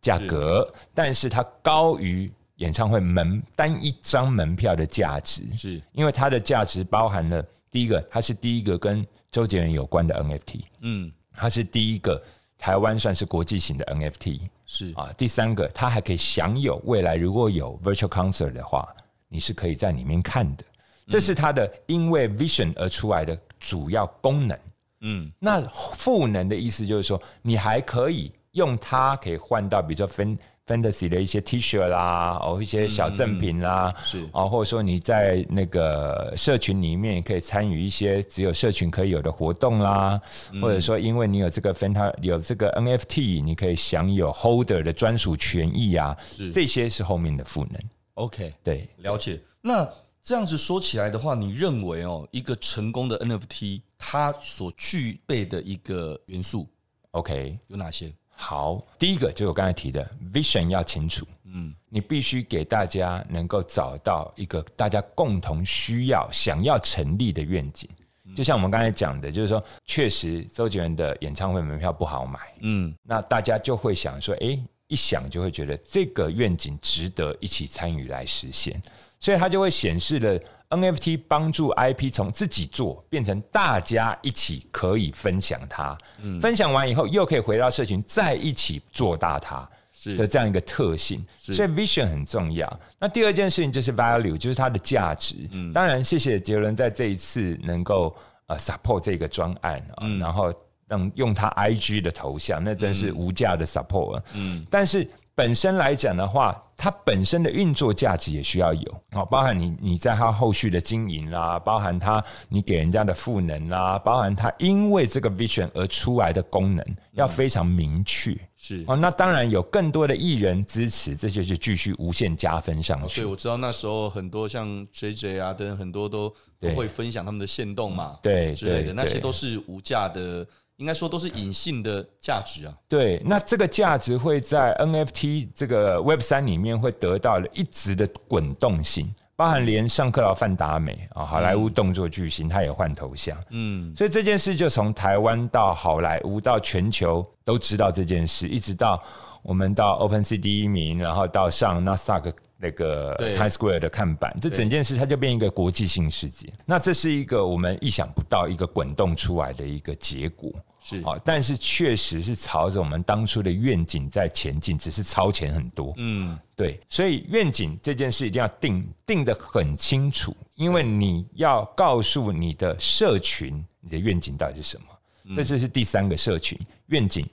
Speaker 2: 价格，但是它高于演唱会门单一张门票的价值，
Speaker 3: 是
Speaker 2: 因为它的价值包含了第一个，它是第一个跟周杰伦有关的 NFT，
Speaker 3: 嗯
Speaker 2: 它是第一个台湾算是国际型的 NFT
Speaker 3: 是
Speaker 2: 啊，第三个它还可以享有未来如果有 virtual concert 的话，你是可以在里面看的，这是它的因为 vision 而出来的主要功能。
Speaker 3: 嗯
Speaker 2: 那赋能的意思就是说，你还可以用它可以换到，比如说 Fan Fantasy 的一些 T 恤啦，哦，一些小赠品啦，
Speaker 3: 是
Speaker 2: 哦，或者说你在那个社群里面也可以参与一些只有社群可以有的活动啦，或者说因为你有这个 Fanta 有这个 NFT，你可以享有 Holder 的专属权益啊，这些是后面的赋能。
Speaker 3: OK，
Speaker 2: 对，
Speaker 3: 了解。那这样子说起来的话，你认为哦，一个成功的 NFT 它所具备的一个元素
Speaker 2: OK，
Speaker 3: 有哪些？
Speaker 2: 好，第一个就是我刚才提的 vision 要清楚，
Speaker 3: 嗯
Speaker 2: 嗯，你必须给大家能够找到一个大家共同需要、想要成立的愿景。就像我们刚才讲的，就是说，确实周杰伦的演唱会门票不好买，
Speaker 3: 嗯，
Speaker 2: 那大家就会想说，诶，一想就会觉得这个愿景值得一起参与来实现，所以它就会显示了 NFT 帮助 IP 从自己做变成大家一起可以分享它，分享完以后又可以回到社群再一起做大它。
Speaker 3: 是
Speaker 2: 的这样一个特性，所以 vision 很重要。那第二件事情就是 value，就是它的价值。当然，谢谢杰伦在这一次能够呃 support 这个专案啊、然后让用他 IG 的头像，那真是无价的 support 啊。嗯，但是。本身来讲的话，它本身的运作价值也需要有哦，包含你你在它后续的经营啦，包含它你给人家的赋能啦，包含它因为这个 vision 而出来的功能要非常明确。
Speaker 3: 是。
Speaker 2: 哦，那当然有更多的艺人支持，这就是继续无限加分上
Speaker 3: 所
Speaker 2: 去。
Speaker 3: 以我知道那时候很多像 JJ 啊等很多都都
Speaker 2: 对
Speaker 3: 会分享他们的线动嘛，
Speaker 2: 对
Speaker 3: 之类的，
Speaker 2: 对啊
Speaker 3: 那些
Speaker 2: 对
Speaker 3: 都是无价的，应该说都是隐性的价值啊。
Speaker 2: 对，那这个价值会在 NFT 这个 Web 三里面会得到了一直的滚动性，包含连上克劳范达美啊、好莱坞动作巨星，他也换头像，
Speaker 3: 嗯，
Speaker 2: 所以这件事就从台湾到好莱坞到全球都知道这件事，一直到我们到 OpenSea 第一名，然后到上 NASDAQ 那个
Speaker 3: 对
Speaker 2: Times Square 的看板，这整件事它就变一个国际性事件。那这是一个我们意想不到一个滚动出来的一个结果。
Speaker 3: 是
Speaker 2: 好，哦但是确实是朝着我们当初的愿景在前进，只是超前很多。
Speaker 3: 嗯，
Speaker 2: 对，所以愿景这件事一定要定定得很清楚，因为你要告诉你的社群，你的愿景到底是什么。
Speaker 3: 嗯
Speaker 2: 这就是第三个社群愿景、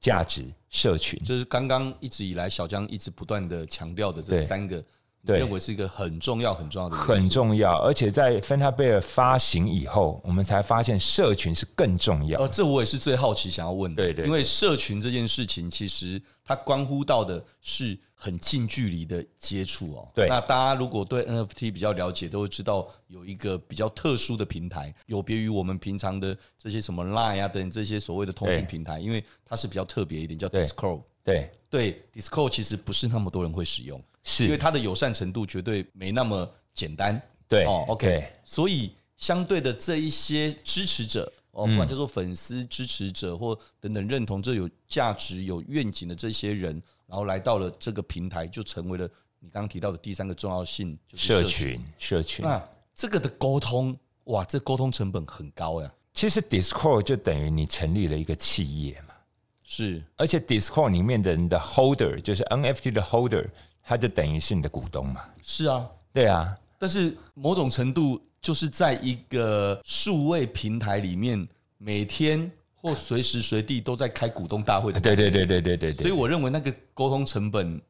Speaker 2: 价值、社群。
Speaker 3: 这是刚刚一直以来小江一直不断的强调的这
Speaker 2: 对
Speaker 3: 三个
Speaker 2: 对
Speaker 3: 认为是一个很重要很重要的元素
Speaker 2: 很重要，而且在芬塔贝尔发行以后，我们才发现社群是更重要
Speaker 3: 呃，。这我也是最好奇想要问的，
Speaker 2: 对对
Speaker 3: 因为社群这件事情，其实它关乎到的是很近距离的接触哦。
Speaker 2: 对
Speaker 3: 那大家如果对 NFT 比较了解，都会知道有一个比较特殊的平台，有别于我们平常的这些什么 Line 啊等这些所谓的通讯
Speaker 2: 对
Speaker 3: 平台，因为它是比较特别一点，叫
Speaker 2: 对
Speaker 3: Discord。
Speaker 2: 对，
Speaker 3: 对 Discord 其实不是那么多人会使用，因为
Speaker 2: 是，
Speaker 3: 它的友善程度绝对没那么简单。
Speaker 2: 对
Speaker 3: 哦，OK
Speaker 2: 对。
Speaker 3: 所以相对的这一些支持者，哦，
Speaker 2: 嗯
Speaker 3: 不管叫做粉丝、支持者或等等认同这有价值、有愿景的这些人，然后来到了这个平台，就成为了你刚刚提到的第三个重要性，就是
Speaker 2: 社
Speaker 3: 群。
Speaker 2: 群，社群。
Speaker 3: 那这个的沟通，哇，这沟通成本很高呀。
Speaker 2: 其实 Discord 就等于你成立了一个企业嘛，
Speaker 3: 是
Speaker 2: 而且 Discord 里面的人的 holder 就是 NFT 的 holder，他就等于是你的股东嘛。
Speaker 3: 是啊，
Speaker 2: 对啊，
Speaker 3: 但是某种程度就是在一个数位平台里面，每天或随时随地都在开股东大会的。
Speaker 2: 对对对对对对对。
Speaker 3: 所以我认为那个沟通成本、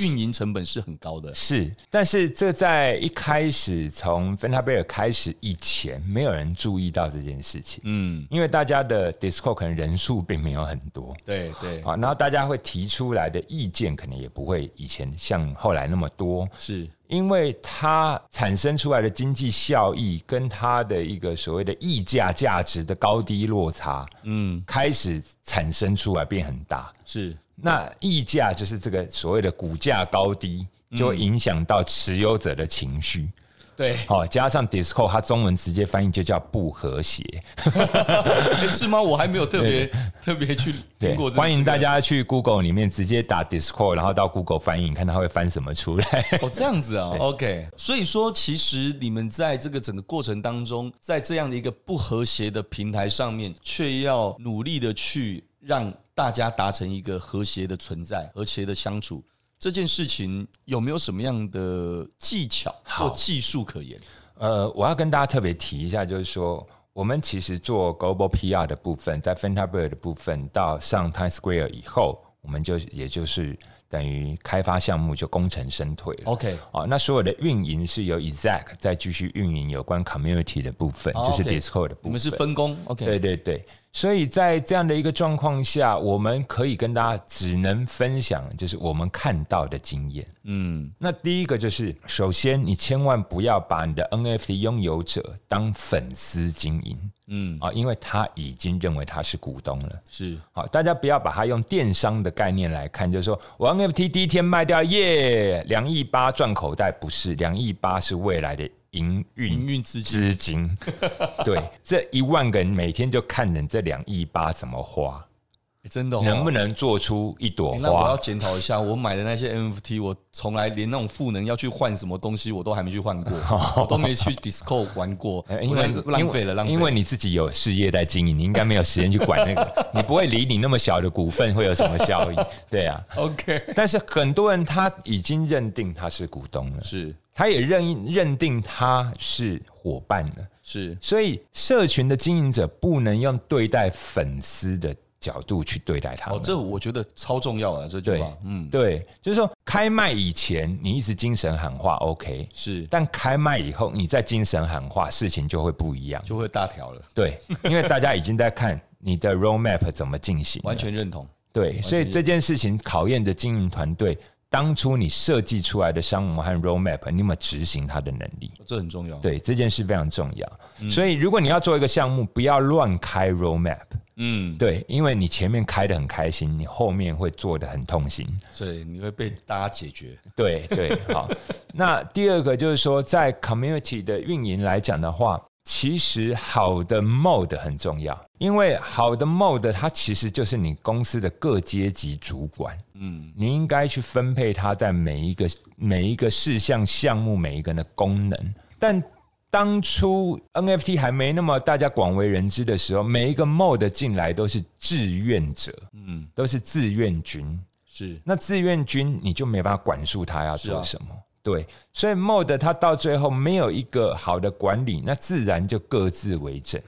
Speaker 3: 运营成本是很高的。
Speaker 2: 是，但是这在一开始从芬塔贝尔开始以前，没有人注意到这件事情，
Speaker 3: 嗯，
Speaker 2: 因为大家的 Discord 可能人数并没有很多
Speaker 3: 对对，
Speaker 2: 啊，然后大家会提出来的意见可能也不会以前像后来那么多，
Speaker 3: 是
Speaker 2: 因为它产生出来的经济效益跟它的一个所谓的溢价价值的高低落差，
Speaker 3: 嗯
Speaker 2: 开始产生出来变很大。
Speaker 3: 是
Speaker 2: 那溢价就是这个所谓的股价高低，就会影响到持有者的情绪。
Speaker 3: 对、
Speaker 2: 好、加上 Discord，它中文直接翻译就叫不和谐。
Speaker 3: 诶是吗？我还没有特别特别去
Speaker 2: 对
Speaker 3: 听过、，这
Speaker 2: 欢迎大
Speaker 3: 这个
Speaker 2: 家去 Google 里面直接打 Discord，然后到 Google 翻译，你看它会翻什么出来。
Speaker 3: 哦，这样子啊、o k 所以说，其实你们在这个整个过程当中，在这样的一个不和谐的平台上面，却要努力的去让大家达成一个和谐的存在、和谐的相处。这件事情有没有什么样的技巧或技术可言？
Speaker 2: 呃，我要跟大家特别提一下，就是说，我们其实做 Global PR 的部分，在 Fentabel 的部分到上 Times Square 以后，我们就也就是等于开发项目就功成身退了。
Speaker 3: OK，
Speaker 2: 哦，那所有的运营是由 Exact 再继续运营有关 community 的部分，
Speaker 3: 哦
Speaker 2: 就是
Speaker 3: OK
Speaker 2: Discord 的部分。
Speaker 3: 你们是分工，OK？
Speaker 2: 对对对，所以在这样的一个状况下，我们可以跟大家只能分享，就是我们看到的经验。
Speaker 3: 嗯，
Speaker 2: 那第一个就是，首先你千万不要把你的 NFT 拥有者当粉丝经营，嗯啊，因为他已经认为他是股东了。
Speaker 3: 是
Speaker 2: 好，大家不要把它用电商的概念来看，就是说我 NFT 第一天卖掉耶，两亿八赚口袋，不是两亿八是未来的营
Speaker 3: 营
Speaker 2: 运
Speaker 3: 运资金，
Speaker 2: 资 金。对，这一万个人每天就看着你这两亿八怎么花，
Speaker 3: 诶真的、哦、哎
Speaker 2: 能不能做出一朵
Speaker 3: 那我
Speaker 2: 花？
Speaker 3: 要检讨一下，我买的那些 NFT，我从来连那种赋能要去换什么东西，我都还没 去换过，我都没去 Disco 玩过，
Speaker 2: 呃
Speaker 3: 我浪浪费了，浪费了。
Speaker 2: 因为你自己有事业在经营，你应该没有时间去管那 个，你不会理你那么小的股份会有什么效益，对啊。
Speaker 3: OK
Speaker 2: 但是很多人他已经认定他 是股东了，
Speaker 3: 是
Speaker 2: 他也认认定他是伙伴了，
Speaker 3: 是
Speaker 2: 所以社群的经营者不能用对待粉丝的角度去对待他们。
Speaker 3: 哦，这我觉得超重要啊，这句
Speaker 2: 对
Speaker 3: 话，，嗯，
Speaker 2: 对，就是说开麦以前你一直精神喊话 OK，
Speaker 3: 是
Speaker 2: 但开麦以后你再精神喊话，事情就会不一样。
Speaker 3: 就会大条了，
Speaker 2: 对，因为大家已经在看你的 roadmap 怎么进行了，
Speaker 3: 完全认同。
Speaker 2: 对，所以这件事情考验着经营团队。当初你设计出来的商模和 roadmap，你有没有执行它的能力？
Speaker 3: 这很重要，，
Speaker 2: 对，这件事非常重要。所以，如果你要做一个项目，不要乱开 roadmap。
Speaker 3: 嗯，
Speaker 2: 对，因为你前面开的很开心，你后面会做的很痛心。
Speaker 3: 所以你会被大家解决，
Speaker 2: 对对，好。那第二个就是说， 在 community 的运营来讲的话，其实好的 mode 很重要，因为好的 mode 它其实就是你公司的各阶级主管，嗯，你应该去分配它在每一个每一个事项项目每一个人的功能，但。当初 NFT 还没那么大家广为人知的时候，每一个 mode 进来都是志愿者，
Speaker 3: 嗯，
Speaker 2: 都是志愿军，
Speaker 3: 是
Speaker 2: 那志愿军你就没办法管束他要
Speaker 3: 是啊
Speaker 2: 做什么。对，所以 MOD 他到最后没有一个好的管理，那自然就各自为政。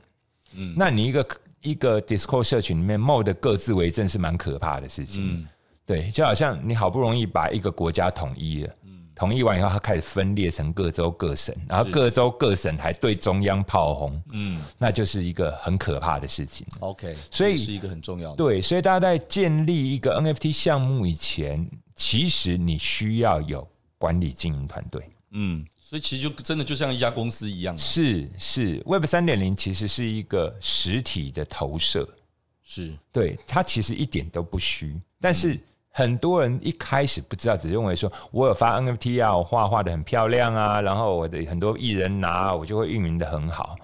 Speaker 2: 嗯，那你一个一个 Discord 社群里面 MOD 各自为
Speaker 3: 嗯嗯
Speaker 2: 政是蛮可怕的事情。对，就好像你好不容易把一个国家统一了，同意完以后，它开始分裂成各州各省，然后各州各省还对中央炮轰，嗯，那就是一个很可怕的事情。
Speaker 3: OK，
Speaker 2: 所以
Speaker 3: 这是一个很重要的。
Speaker 2: 对，所以大家在建立一个 NFT 项目以前，其实你需要有管理经营团队。
Speaker 3: 嗯，所以其实就真的就像一家公司一样啊，
Speaker 2: 是是，Web 三点零其实是一个实体的投射，
Speaker 3: 是
Speaker 2: 对它其实一点都不虚，但是。很多人一开始不知道，只认为说我有发 NFT 啊，我画画的很漂亮啊，然后我的很多艺人拿，我就会运营的很好。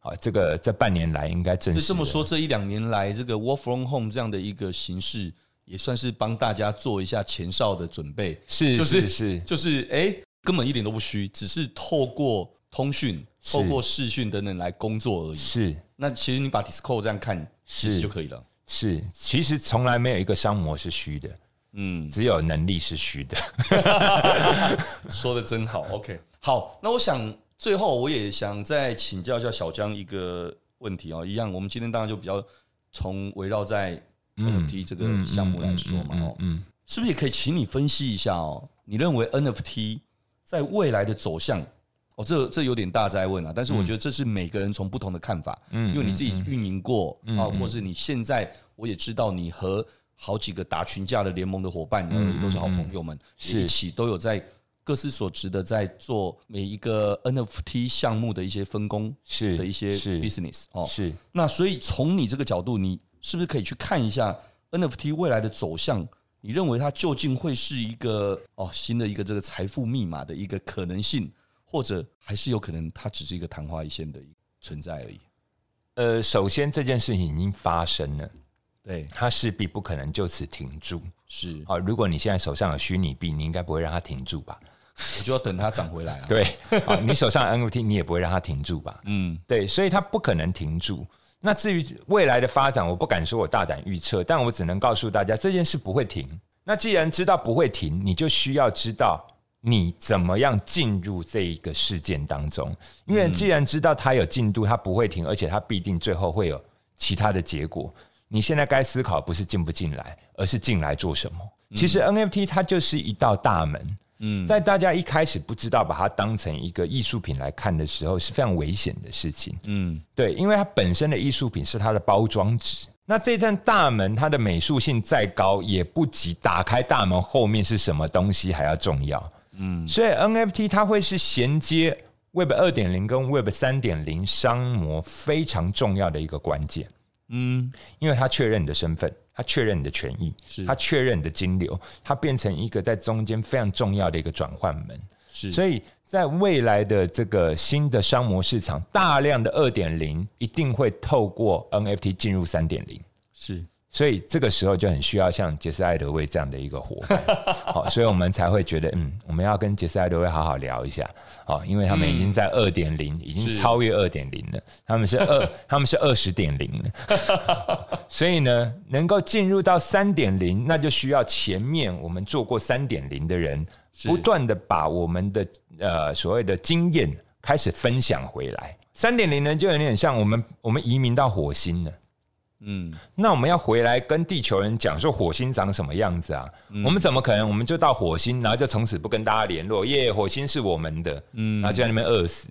Speaker 2: 啊，这个这半年来应该正
Speaker 3: 就是这么说，这一两年来，这个 work from home 这样的一个形式，也算是帮大家做一下前哨的准备。
Speaker 2: 是
Speaker 3: 就是
Speaker 2: 是
Speaker 3: 就是哎、诶根本一点都不虚，只是透过通讯、
Speaker 2: 是
Speaker 3: 透过视讯等等来工作而已。
Speaker 2: 是
Speaker 3: 那其实你把 Discord 这样看，其实就可以了。
Speaker 2: 是，其实从来没有一个商模是虚的，
Speaker 3: 嗯，
Speaker 2: 只有能力是虚的。
Speaker 3: 说的真好。OK，好，那我想最后我也想再请教一下小江一个问题哦，一样，我们今天当然就比较从围绕在 NFT 这个项目来说嘛，哦，
Speaker 2: 嗯，
Speaker 3: 是不是也可以请你分析一下哦？你认为 NFT 在未来的走向？哦，这这有点大灾问啊，但是我觉得这是每个人从不同的看法，嗯，因为你自己运营过啊，或是你现在我也知道你和好几个打群架的联盟的伙伴，也都是好朋友们，
Speaker 2: 是
Speaker 3: 也一起都有在各司所职的在做每一个 NFT 项目的一些分工
Speaker 2: 是
Speaker 3: 的一些
Speaker 2: 是
Speaker 3: business 哦，
Speaker 2: 是
Speaker 3: 那所以从你这个角度，你是不是可以去看一下 NFT 未来的走向？你认为它究竟会是一个哦新的一个这个财富密码的一个可能性，或者还是有可能它只是一个昙花一现的一个存在而已？
Speaker 2: 呃，首先这件事情已经发生了，
Speaker 3: 对，
Speaker 2: 它势必不可能就此停住
Speaker 3: 是，
Speaker 2: 啊、如果你现在手上有虚拟币，你应该不会让它停住吧？
Speaker 3: 我就要等它涨回来啊。
Speaker 2: 对，啊、你手上有 NFT，你也不会让它停住吧？
Speaker 3: 嗯，
Speaker 2: 对，所以它不可能停住。那至于未来的发展，我不敢说我大胆预测，但我只能告诉大家，这件事不会停。那既然知道不会停，你就需要知道你怎么样进入这一个事件当中，因为既然知道它有进度，它不会停，而且它必定最后会有其他的结果。你现在该思考不是进不进来，而是进来做什么。其实 NFT 它就是一道大门，在大家一开始不知道把它当成一个艺术品来看的时候，是非常危险的事情。嗯，对，因为它本身的艺术品是它的包装纸。那这扇大门，它的美术性再高，也不及打开大门后面是什么东西还要重要。嗯，所以 NFT 它会是衔接 Web 二点零跟 Web 三点零商模非常重要的一个关键。
Speaker 3: 嗯
Speaker 2: 因为他确认你的身份，他确认你的权益，他确认你的金流，它变成一个在中间非常重要的一个转换门。
Speaker 3: 是
Speaker 2: 所以在未来的这个新的商模市场，大量的二点零一定会透过 NFT 进入三点零。
Speaker 3: 是，
Speaker 2: 所以这个时候就很需要像杰斯艾德威这样的一个伙伴，好，所以我们才会觉得，嗯，我们要跟杰斯艾德威好好聊一下，好，因为他们已经在二点零，已经超越二点零了，他们是二，他们是二十点零了，所以呢，能够进入到三点零，那就需要前面我们做过三点零的人，不断的把我们的呃所谓的经验开始分享回来。三点零呢，就有点像我们我们移民到火星了。
Speaker 3: 嗯，
Speaker 2: 那我们要回来跟地球人讲说火星长什么样子啊？
Speaker 3: 嗯
Speaker 2: 我们怎么可能我们就到火星，然后就从此不跟大家联络？耶，火星是我们的，
Speaker 3: 嗯
Speaker 2: 然后就在那边饿死，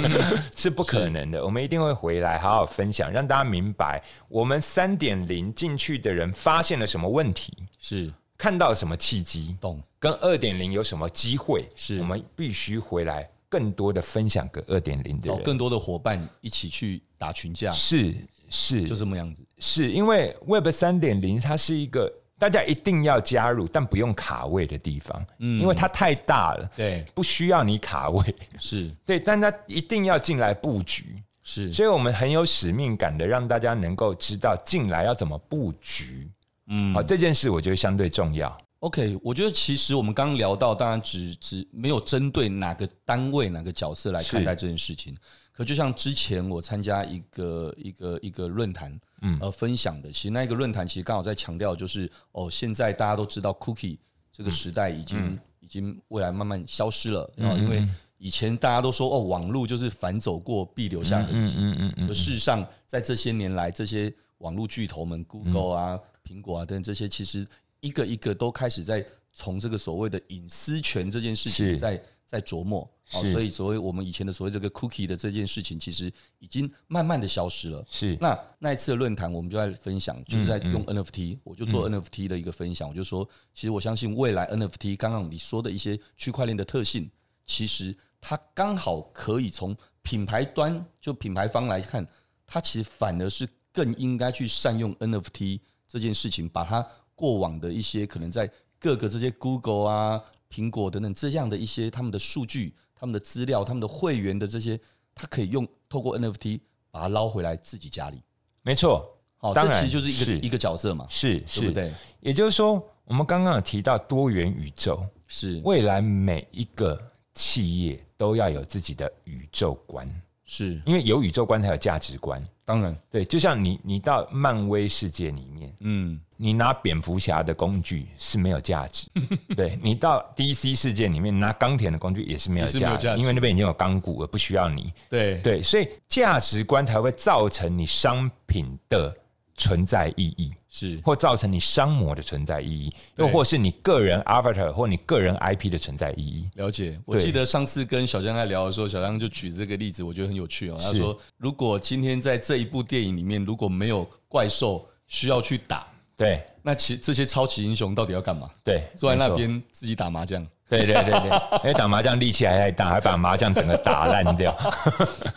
Speaker 2: 是不可能的。我们一定会回来，好好分享，让大家明白我们三点零进去的人发现了什么问题，
Speaker 3: 是，
Speaker 2: 看到什么契机，
Speaker 3: 懂，
Speaker 2: 跟二点零有什么机会，
Speaker 3: 是
Speaker 2: 我们必须回来更多的分享给二点零的
Speaker 3: 找
Speaker 2: 人。
Speaker 3: 哦更多的伙伴一起去打群架，
Speaker 2: 是是，
Speaker 3: 就这么样子。
Speaker 2: 是因为 Web 三点零它是一个大家一定要加入但不用卡位的地方，因为它太大了，
Speaker 3: 嗯对，
Speaker 2: 不需要你卡位，
Speaker 3: 是
Speaker 2: 对，但它一定要进来布局，
Speaker 3: 是，
Speaker 2: 所以我们很有使命感的让大家能够知道进来要怎么布局，嗯，好，这件事我觉得相对重要，
Speaker 3: OK，我觉得其实我们刚刚聊到，当然只只没有针对哪个单位、哪个角色来看待这件事情。可就像之前我参加一个一个一个论坛，嗯，呃，分享的，其实那一个论坛其实刚好在强调，就是哦，现在大家都知道 cookie 这个时代已经、
Speaker 2: 嗯
Speaker 3: 已经未来慢慢消失了，然后因为以前大家都说哦，网络就是反走过必留下痕迹，
Speaker 2: 嗯嗯嗯，
Speaker 3: 而事实上，在这些年来，这些网络巨头们，Google 啊、苹果啊等等这些，其实一个一个都开始在从这个所谓的隐私权这件事
Speaker 2: 是
Speaker 3: 情在在琢磨。哦，
Speaker 2: 是
Speaker 3: 所以所谓我们以前的所谓这个 cookie 的这件事情，其实已经慢慢的消失了。
Speaker 2: 是
Speaker 3: 那那一次的论坛，我们就在分享，就是在
Speaker 2: 嗯
Speaker 3: 用 NFT，、我就做 NFT 的一个分享，我就说，其实我相信未来 NFT 刚刚你说的一些区块链的特性，其实它刚好可以从品牌端，就品牌方来看，它其实反而是更应该去善用 NFT 这件事情，把它过往的一些可能在各个这些 Google 啊、苹果等等这样的一些他们的数据、他们的资料、他们的会员的这些，它可以用透过 NFT 把它捞回来自己家里。
Speaker 2: 没错，
Speaker 3: 好，
Speaker 2: 当
Speaker 3: 这
Speaker 2: 然
Speaker 3: 其实就是一
Speaker 2: 是
Speaker 3: 个一个角色嘛，
Speaker 2: 是
Speaker 3: 对不
Speaker 2: 是，
Speaker 3: 对？
Speaker 2: 也就是说，我们刚刚有提到多元宇宙，
Speaker 3: 是
Speaker 2: 未来每一个企业都要有自己的宇宙观，
Speaker 3: 是，
Speaker 2: 因为有宇宙观才有价值观。
Speaker 3: 当然，
Speaker 2: 对，就像你你到漫威世界里面，
Speaker 3: 嗯，
Speaker 2: 你拿蝙蝠侠的工具是没有价 值，对你到 DC 世界里面拿钢铁的工具也是没有
Speaker 3: 也是没有
Speaker 2: 价值，
Speaker 3: 价值
Speaker 2: 因为那边已经有钢骨了，不需要你。
Speaker 3: 对
Speaker 2: 对，所以价值观才会造成你商品的存在意义，
Speaker 3: 是
Speaker 2: 或造成你商模的存在意义，
Speaker 3: 对
Speaker 2: 又或是你个人 avatar 或你个人 IP 的存在意义。
Speaker 3: 了解。我
Speaker 2: 对
Speaker 3: 记得上次跟小江在聊的时候，小江就举这个例子，我觉得很有趣哦。他
Speaker 2: 是
Speaker 3: 说，如果今天在这一部电影里面如果没有怪兽需要去打，
Speaker 2: 对
Speaker 3: 那其这些超级英雄到底要干嘛？
Speaker 2: 对，
Speaker 3: 坐在
Speaker 2: 没
Speaker 3: 那
Speaker 2: 错。
Speaker 3: 边自己打麻 将。
Speaker 2: 对对对对， 因为打麻将力气还太大，还把麻将整个打烂掉。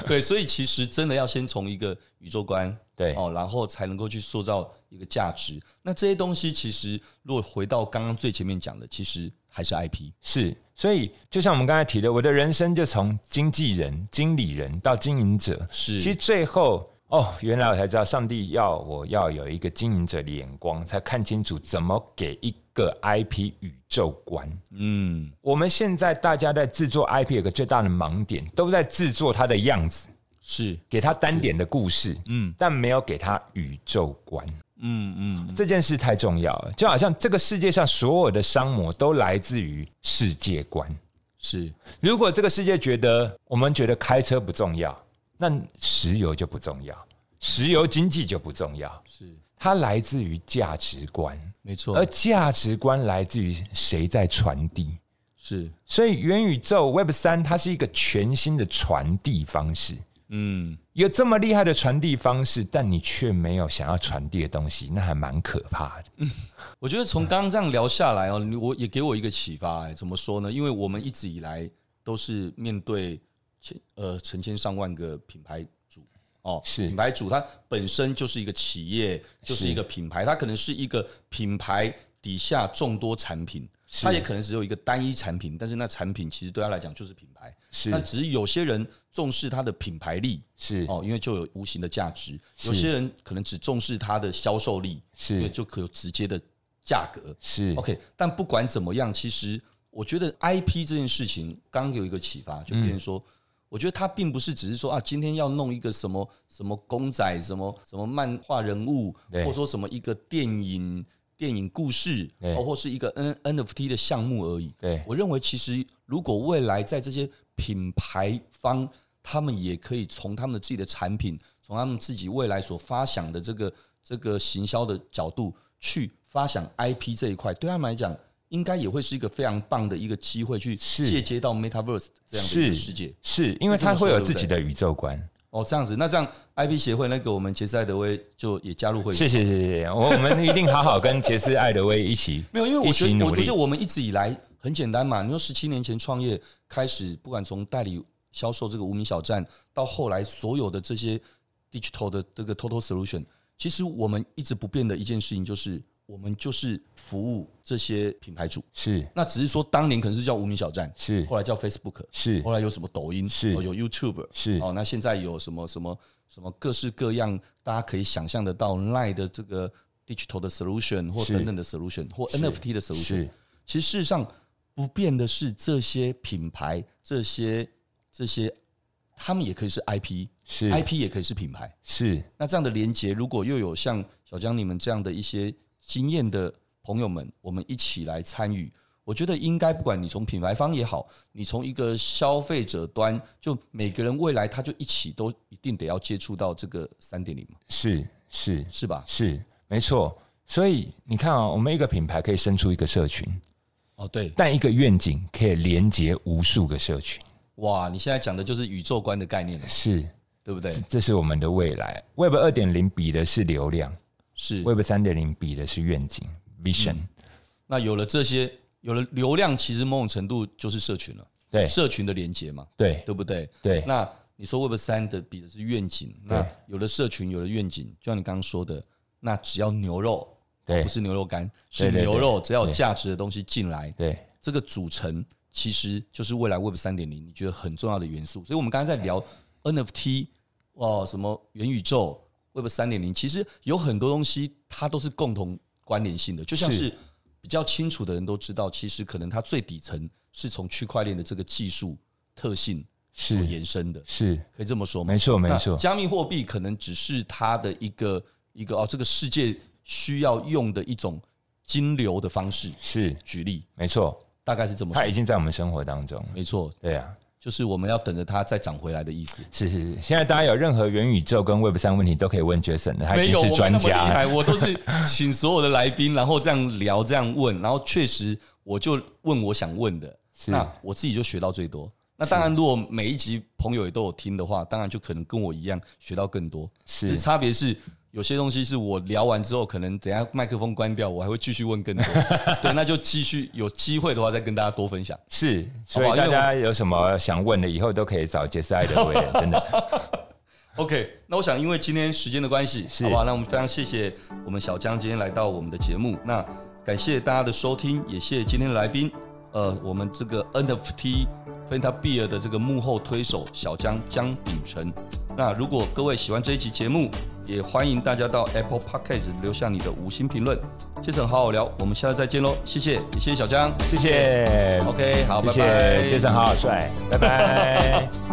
Speaker 3: 对，所以其实真的要先从一个宇宙观，
Speaker 2: 对
Speaker 3: 哦，然后才能够去塑造一个价值。那这些东西其实，如果回到刚刚最前面讲的，其实还是 IP。
Speaker 2: 是，所以就像我们刚才提的，我的人生就从经纪人、经理人到经营者，
Speaker 3: 是
Speaker 2: 其实最后哦，原来我才知道，上帝要我要有一个经营者的眼光，才看清楚怎么给一个 IP 宇宙观。
Speaker 3: 嗯，
Speaker 2: 我们现在大家在制作 IP 有个最大的盲点，都在制作它的样子，
Speaker 3: 是，
Speaker 2: 给它单点的故事，
Speaker 3: 嗯
Speaker 2: 但没有给它宇宙观。
Speaker 3: 嗯嗯，
Speaker 2: 这件事太重要了，就好像这个世界上所有的商模都来自于世界观。
Speaker 3: 是
Speaker 2: 如果这个世界觉得我们觉得开车不重要，那石油就不重要，石油经济就不重要。
Speaker 3: 是，
Speaker 2: 它来自于价值观，
Speaker 3: 没错，
Speaker 2: 而价值观来自于谁在传递。
Speaker 3: 是，
Speaker 2: 所以元宇宙 Web 三，它是一个全新的传递方式。
Speaker 3: 嗯，
Speaker 2: 有这么厉害的传递方式，但你却没有想要传递的东西，那还蛮可怕的。
Speaker 3: 我觉得从刚刚这样聊下来哦，你我也给我一个启发、哎，怎么说呢？因为我们一直以来都是面对千呃成千上万个品牌主哦，
Speaker 2: 是
Speaker 3: 品牌主，它本身就是一个企业，就是
Speaker 2: 是
Speaker 3: 一个品牌，它可能是一个品牌底下众多产品，
Speaker 2: 是
Speaker 3: 它也可能只有一个单一产品，但是那产品其实对他来讲就是品牌。那
Speaker 2: 是
Speaker 3: 只是有些人重视它的品牌力
Speaker 2: 是
Speaker 3: 哦，因为就有无形的价值；有些人可能只重视它的销售力，因为
Speaker 2: 是
Speaker 3: 就可有直接的价格。
Speaker 2: 是
Speaker 3: OK，但不管怎么样，其实我觉得 IP 这件事情，刚刚有一个启发，就变
Speaker 2: 嗯
Speaker 3: 成说，我觉得它并不是只是说啊，今天要弄一个什么什么公仔，什么什么漫画人物，
Speaker 2: 对
Speaker 3: 或者说什么一个电影电影故事，
Speaker 2: 对
Speaker 3: 哦，或是一个 N NFT 的项目而已。
Speaker 2: 对
Speaker 3: 我认为其实如果未来在这些品牌方，他们也可以从他们自己的产品，从他们自己未来所发想的这个这个行销的角度去发想 IP 这一块，对他们来讲，应该也会是一个非常棒的一个机会，去
Speaker 2: 是
Speaker 3: 借接到 Metaverse 这样的一个世界。
Speaker 2: 是，因为它会有自己的宇宙观。
Speaker 3: 哦，这样子，那这样 IP 协会那个我们杰斯艾德威就也加入会员。
Speaker 2: 谢谢谢谢谢谢，我我们一定好好跟杰斯艾德威一起
Speaker 3: 没有，因为我觉
Speaker 2: 一起
Speaker 3: 得，
Speaker 2: 努
Speaker 3: 我
Speaker 2: 力
Speaker 3: 觉得我们一直以来很简单嘛。你说十七年前创业开始，不管从代理销售这个无名小站，到后来所有的这些 digital 的这个 total solution，其实我们一直不变的一件事情就是，我们就是服务这些品牌主。
Speaker 2: 是
Speaker 3: 那只是说当年可能是叫无名小站，
Speaker 2: 是
Speaker 3: 后来叫 Facebook，
Speaker 2: 是
Speaker 3: 后来有什么抖音，
Speaker 2: 是
Speaker 3: 哦有 YouTube，
Speaker 2: 是
Speaker 3: 哦，那现在有什么什么什么各式各样，大家可以想象得到 Line 的这个 digital 的 solution 或
Speaker 2: 是
Speaker 3: 等等的 solution 或 NFT 的 solution
Speaker 2: 是。
Speaker 3: 其实事实上不变的是这些品牌，这些这些，他们也可以是 IP，IP
Speaker 2: 是
Speaker 3: 也可以是品牌。
Speaker 2: 是
Speaker 3: 那这样的连接，如果又有像小江你们这样的一些经验的朋友们，我们一起来参与，我觉得应该不管你从品牌方也好，你从一个消费者端，就每个人未来他就一起都一定得要接触到这个三点零嘛，
Speaker 2: 是是
Speaker 3: 是
Speaker 2: 哦
Speaker 3: 吧？
Speaker 2: 是，没错。所以你看啊、我们一个品牌可以生出一个社群，
Speaker 3: 哦，对，
Speaker 2: 但一个愿景可以连接无数个社群。
Speaker 3: 哇，你现在讲的就是宇宙观的概念了，
Speaker 2: 是，
Speaker 3: 对不对？
Speaker 2: 这是我们的未来。Web 二点零比的是流量
Speaker 3: 是。
Speaker 2: ，Web 三点零比的是愿景 （vision）。
Speaker 3: 那有了这些，有了流量，其实某种程度就是社群了，
Speaker 2: 对
Speaker 3: 社群的连接嘛，
Speaker 2: 对
Speaker 3: 对不对？
Speaker 2: 对
Speaker 3: 那你说 Web 三的比的是愿景，那
Speaker 2: 对
Speaker 3: 有了社群，有了愿景，就像你刚刚说的，那只要牛肉
Speaker 2: 对
Speaker 3: 不是牛肉干，
Speaker 2: 对
Speaker 3: 是
Speaker 2: 对对
Speaker 3: 牛肉，只要有
Speaker 2: 对
Speaker 3: 价值的东西进来，
Speaker 2: 对
Speaker 3: 这个组成其实就是未来 Web 三点零，你觉得很重要的元素。所以我们刚才在聊 NFT 哦，什么元宇宙 Web 三点零，其实有很多东西它都是共同关联性的，就像
Speaker 2: 是
Speaker 3: 是比较清楚的人都知道，其实可能它最底层是从区块链的这个技术特性所
Speaker 2: 是
Speaker 3: 延伸的，
Speaker 2: 是，
Speaker 3: 可以这么说吗？
Speaker 2: 没错没
Speaker 3: 那
Speaker 2: 错。
Speaker 3: 加密货币可能只是它的一个一个哦，这个世界需要用的一种金流的方式。
Speaker 2: 是
Speaker 3: 举例，
Speaker 2: 没错，
Speaker 3: 大概是这么说
Speaker 2: 它已？经在我们生活当中了。
Speaker 3: 没错，
Speaker 2: 对啊，
Speaker 3: 就是我们要等着它再涨回来的意思。
Speaker 2: 是是是。现在大家有任何元宇宙跟 Web 三问题，都可以问 Jason 的，他已
Speaker 3: 没
Speaker 2: 经
Speaker 3: 有我
Speaker 2: 是
Speaker 3: 们
Speaker 2: 专
Speaker 3: 那么厉
Speaker 2: 家了。
Speaker 3: 害，我都是请所有的来宾，然后这样聊，这样问，然后确实我就问我想问的，
Speaker 2: 是
Speaker 3: 那我自己就学到最多。那当然，如果每一集朋友也都有听的话，当然就可能跟我一样学到更多。只
Speaker 2: 是
Speaker 3: 是差别是有些东西是我聊完之后，可能等一下麦克风关掉，我还会继续问更多。对，那就继续有机会的话再跟大家多分享。
Speaker 2: 是，所
Speaker 3: 好
Speaker 2: 以
Speaker 3: 吧
Speaker 2: 大
Speaker 3: 因为
Speaker 2: 家有什么想问的，以后都可以找杰斯艾德威尔， 真的
Speaker 3: OK，那我想因为今天时间的关系，
Speaker 2: 是
Speaker 3: 好不好？那我们非常谢谢我们小江今天来到我们的节目，那感谢大家的收听，也谢谢今天的来宾，呃，我们这个 NFT Fanta Beer 的这个幕后推手小江江秉成。那如果各位喜欢这一期节目，也欢迎大家到 Apple Podcast 留下你的五星评论。谢谢，好好聊，我们下次再见喽，谢谢，也谢谢小江
Speaker 2: 谢谢。
Speaker 3: ，OK，好，
Speaker 2: 谢
Speaker 3: 拜拜
Speaker 2: 谢杰森，好好帅，拜拜。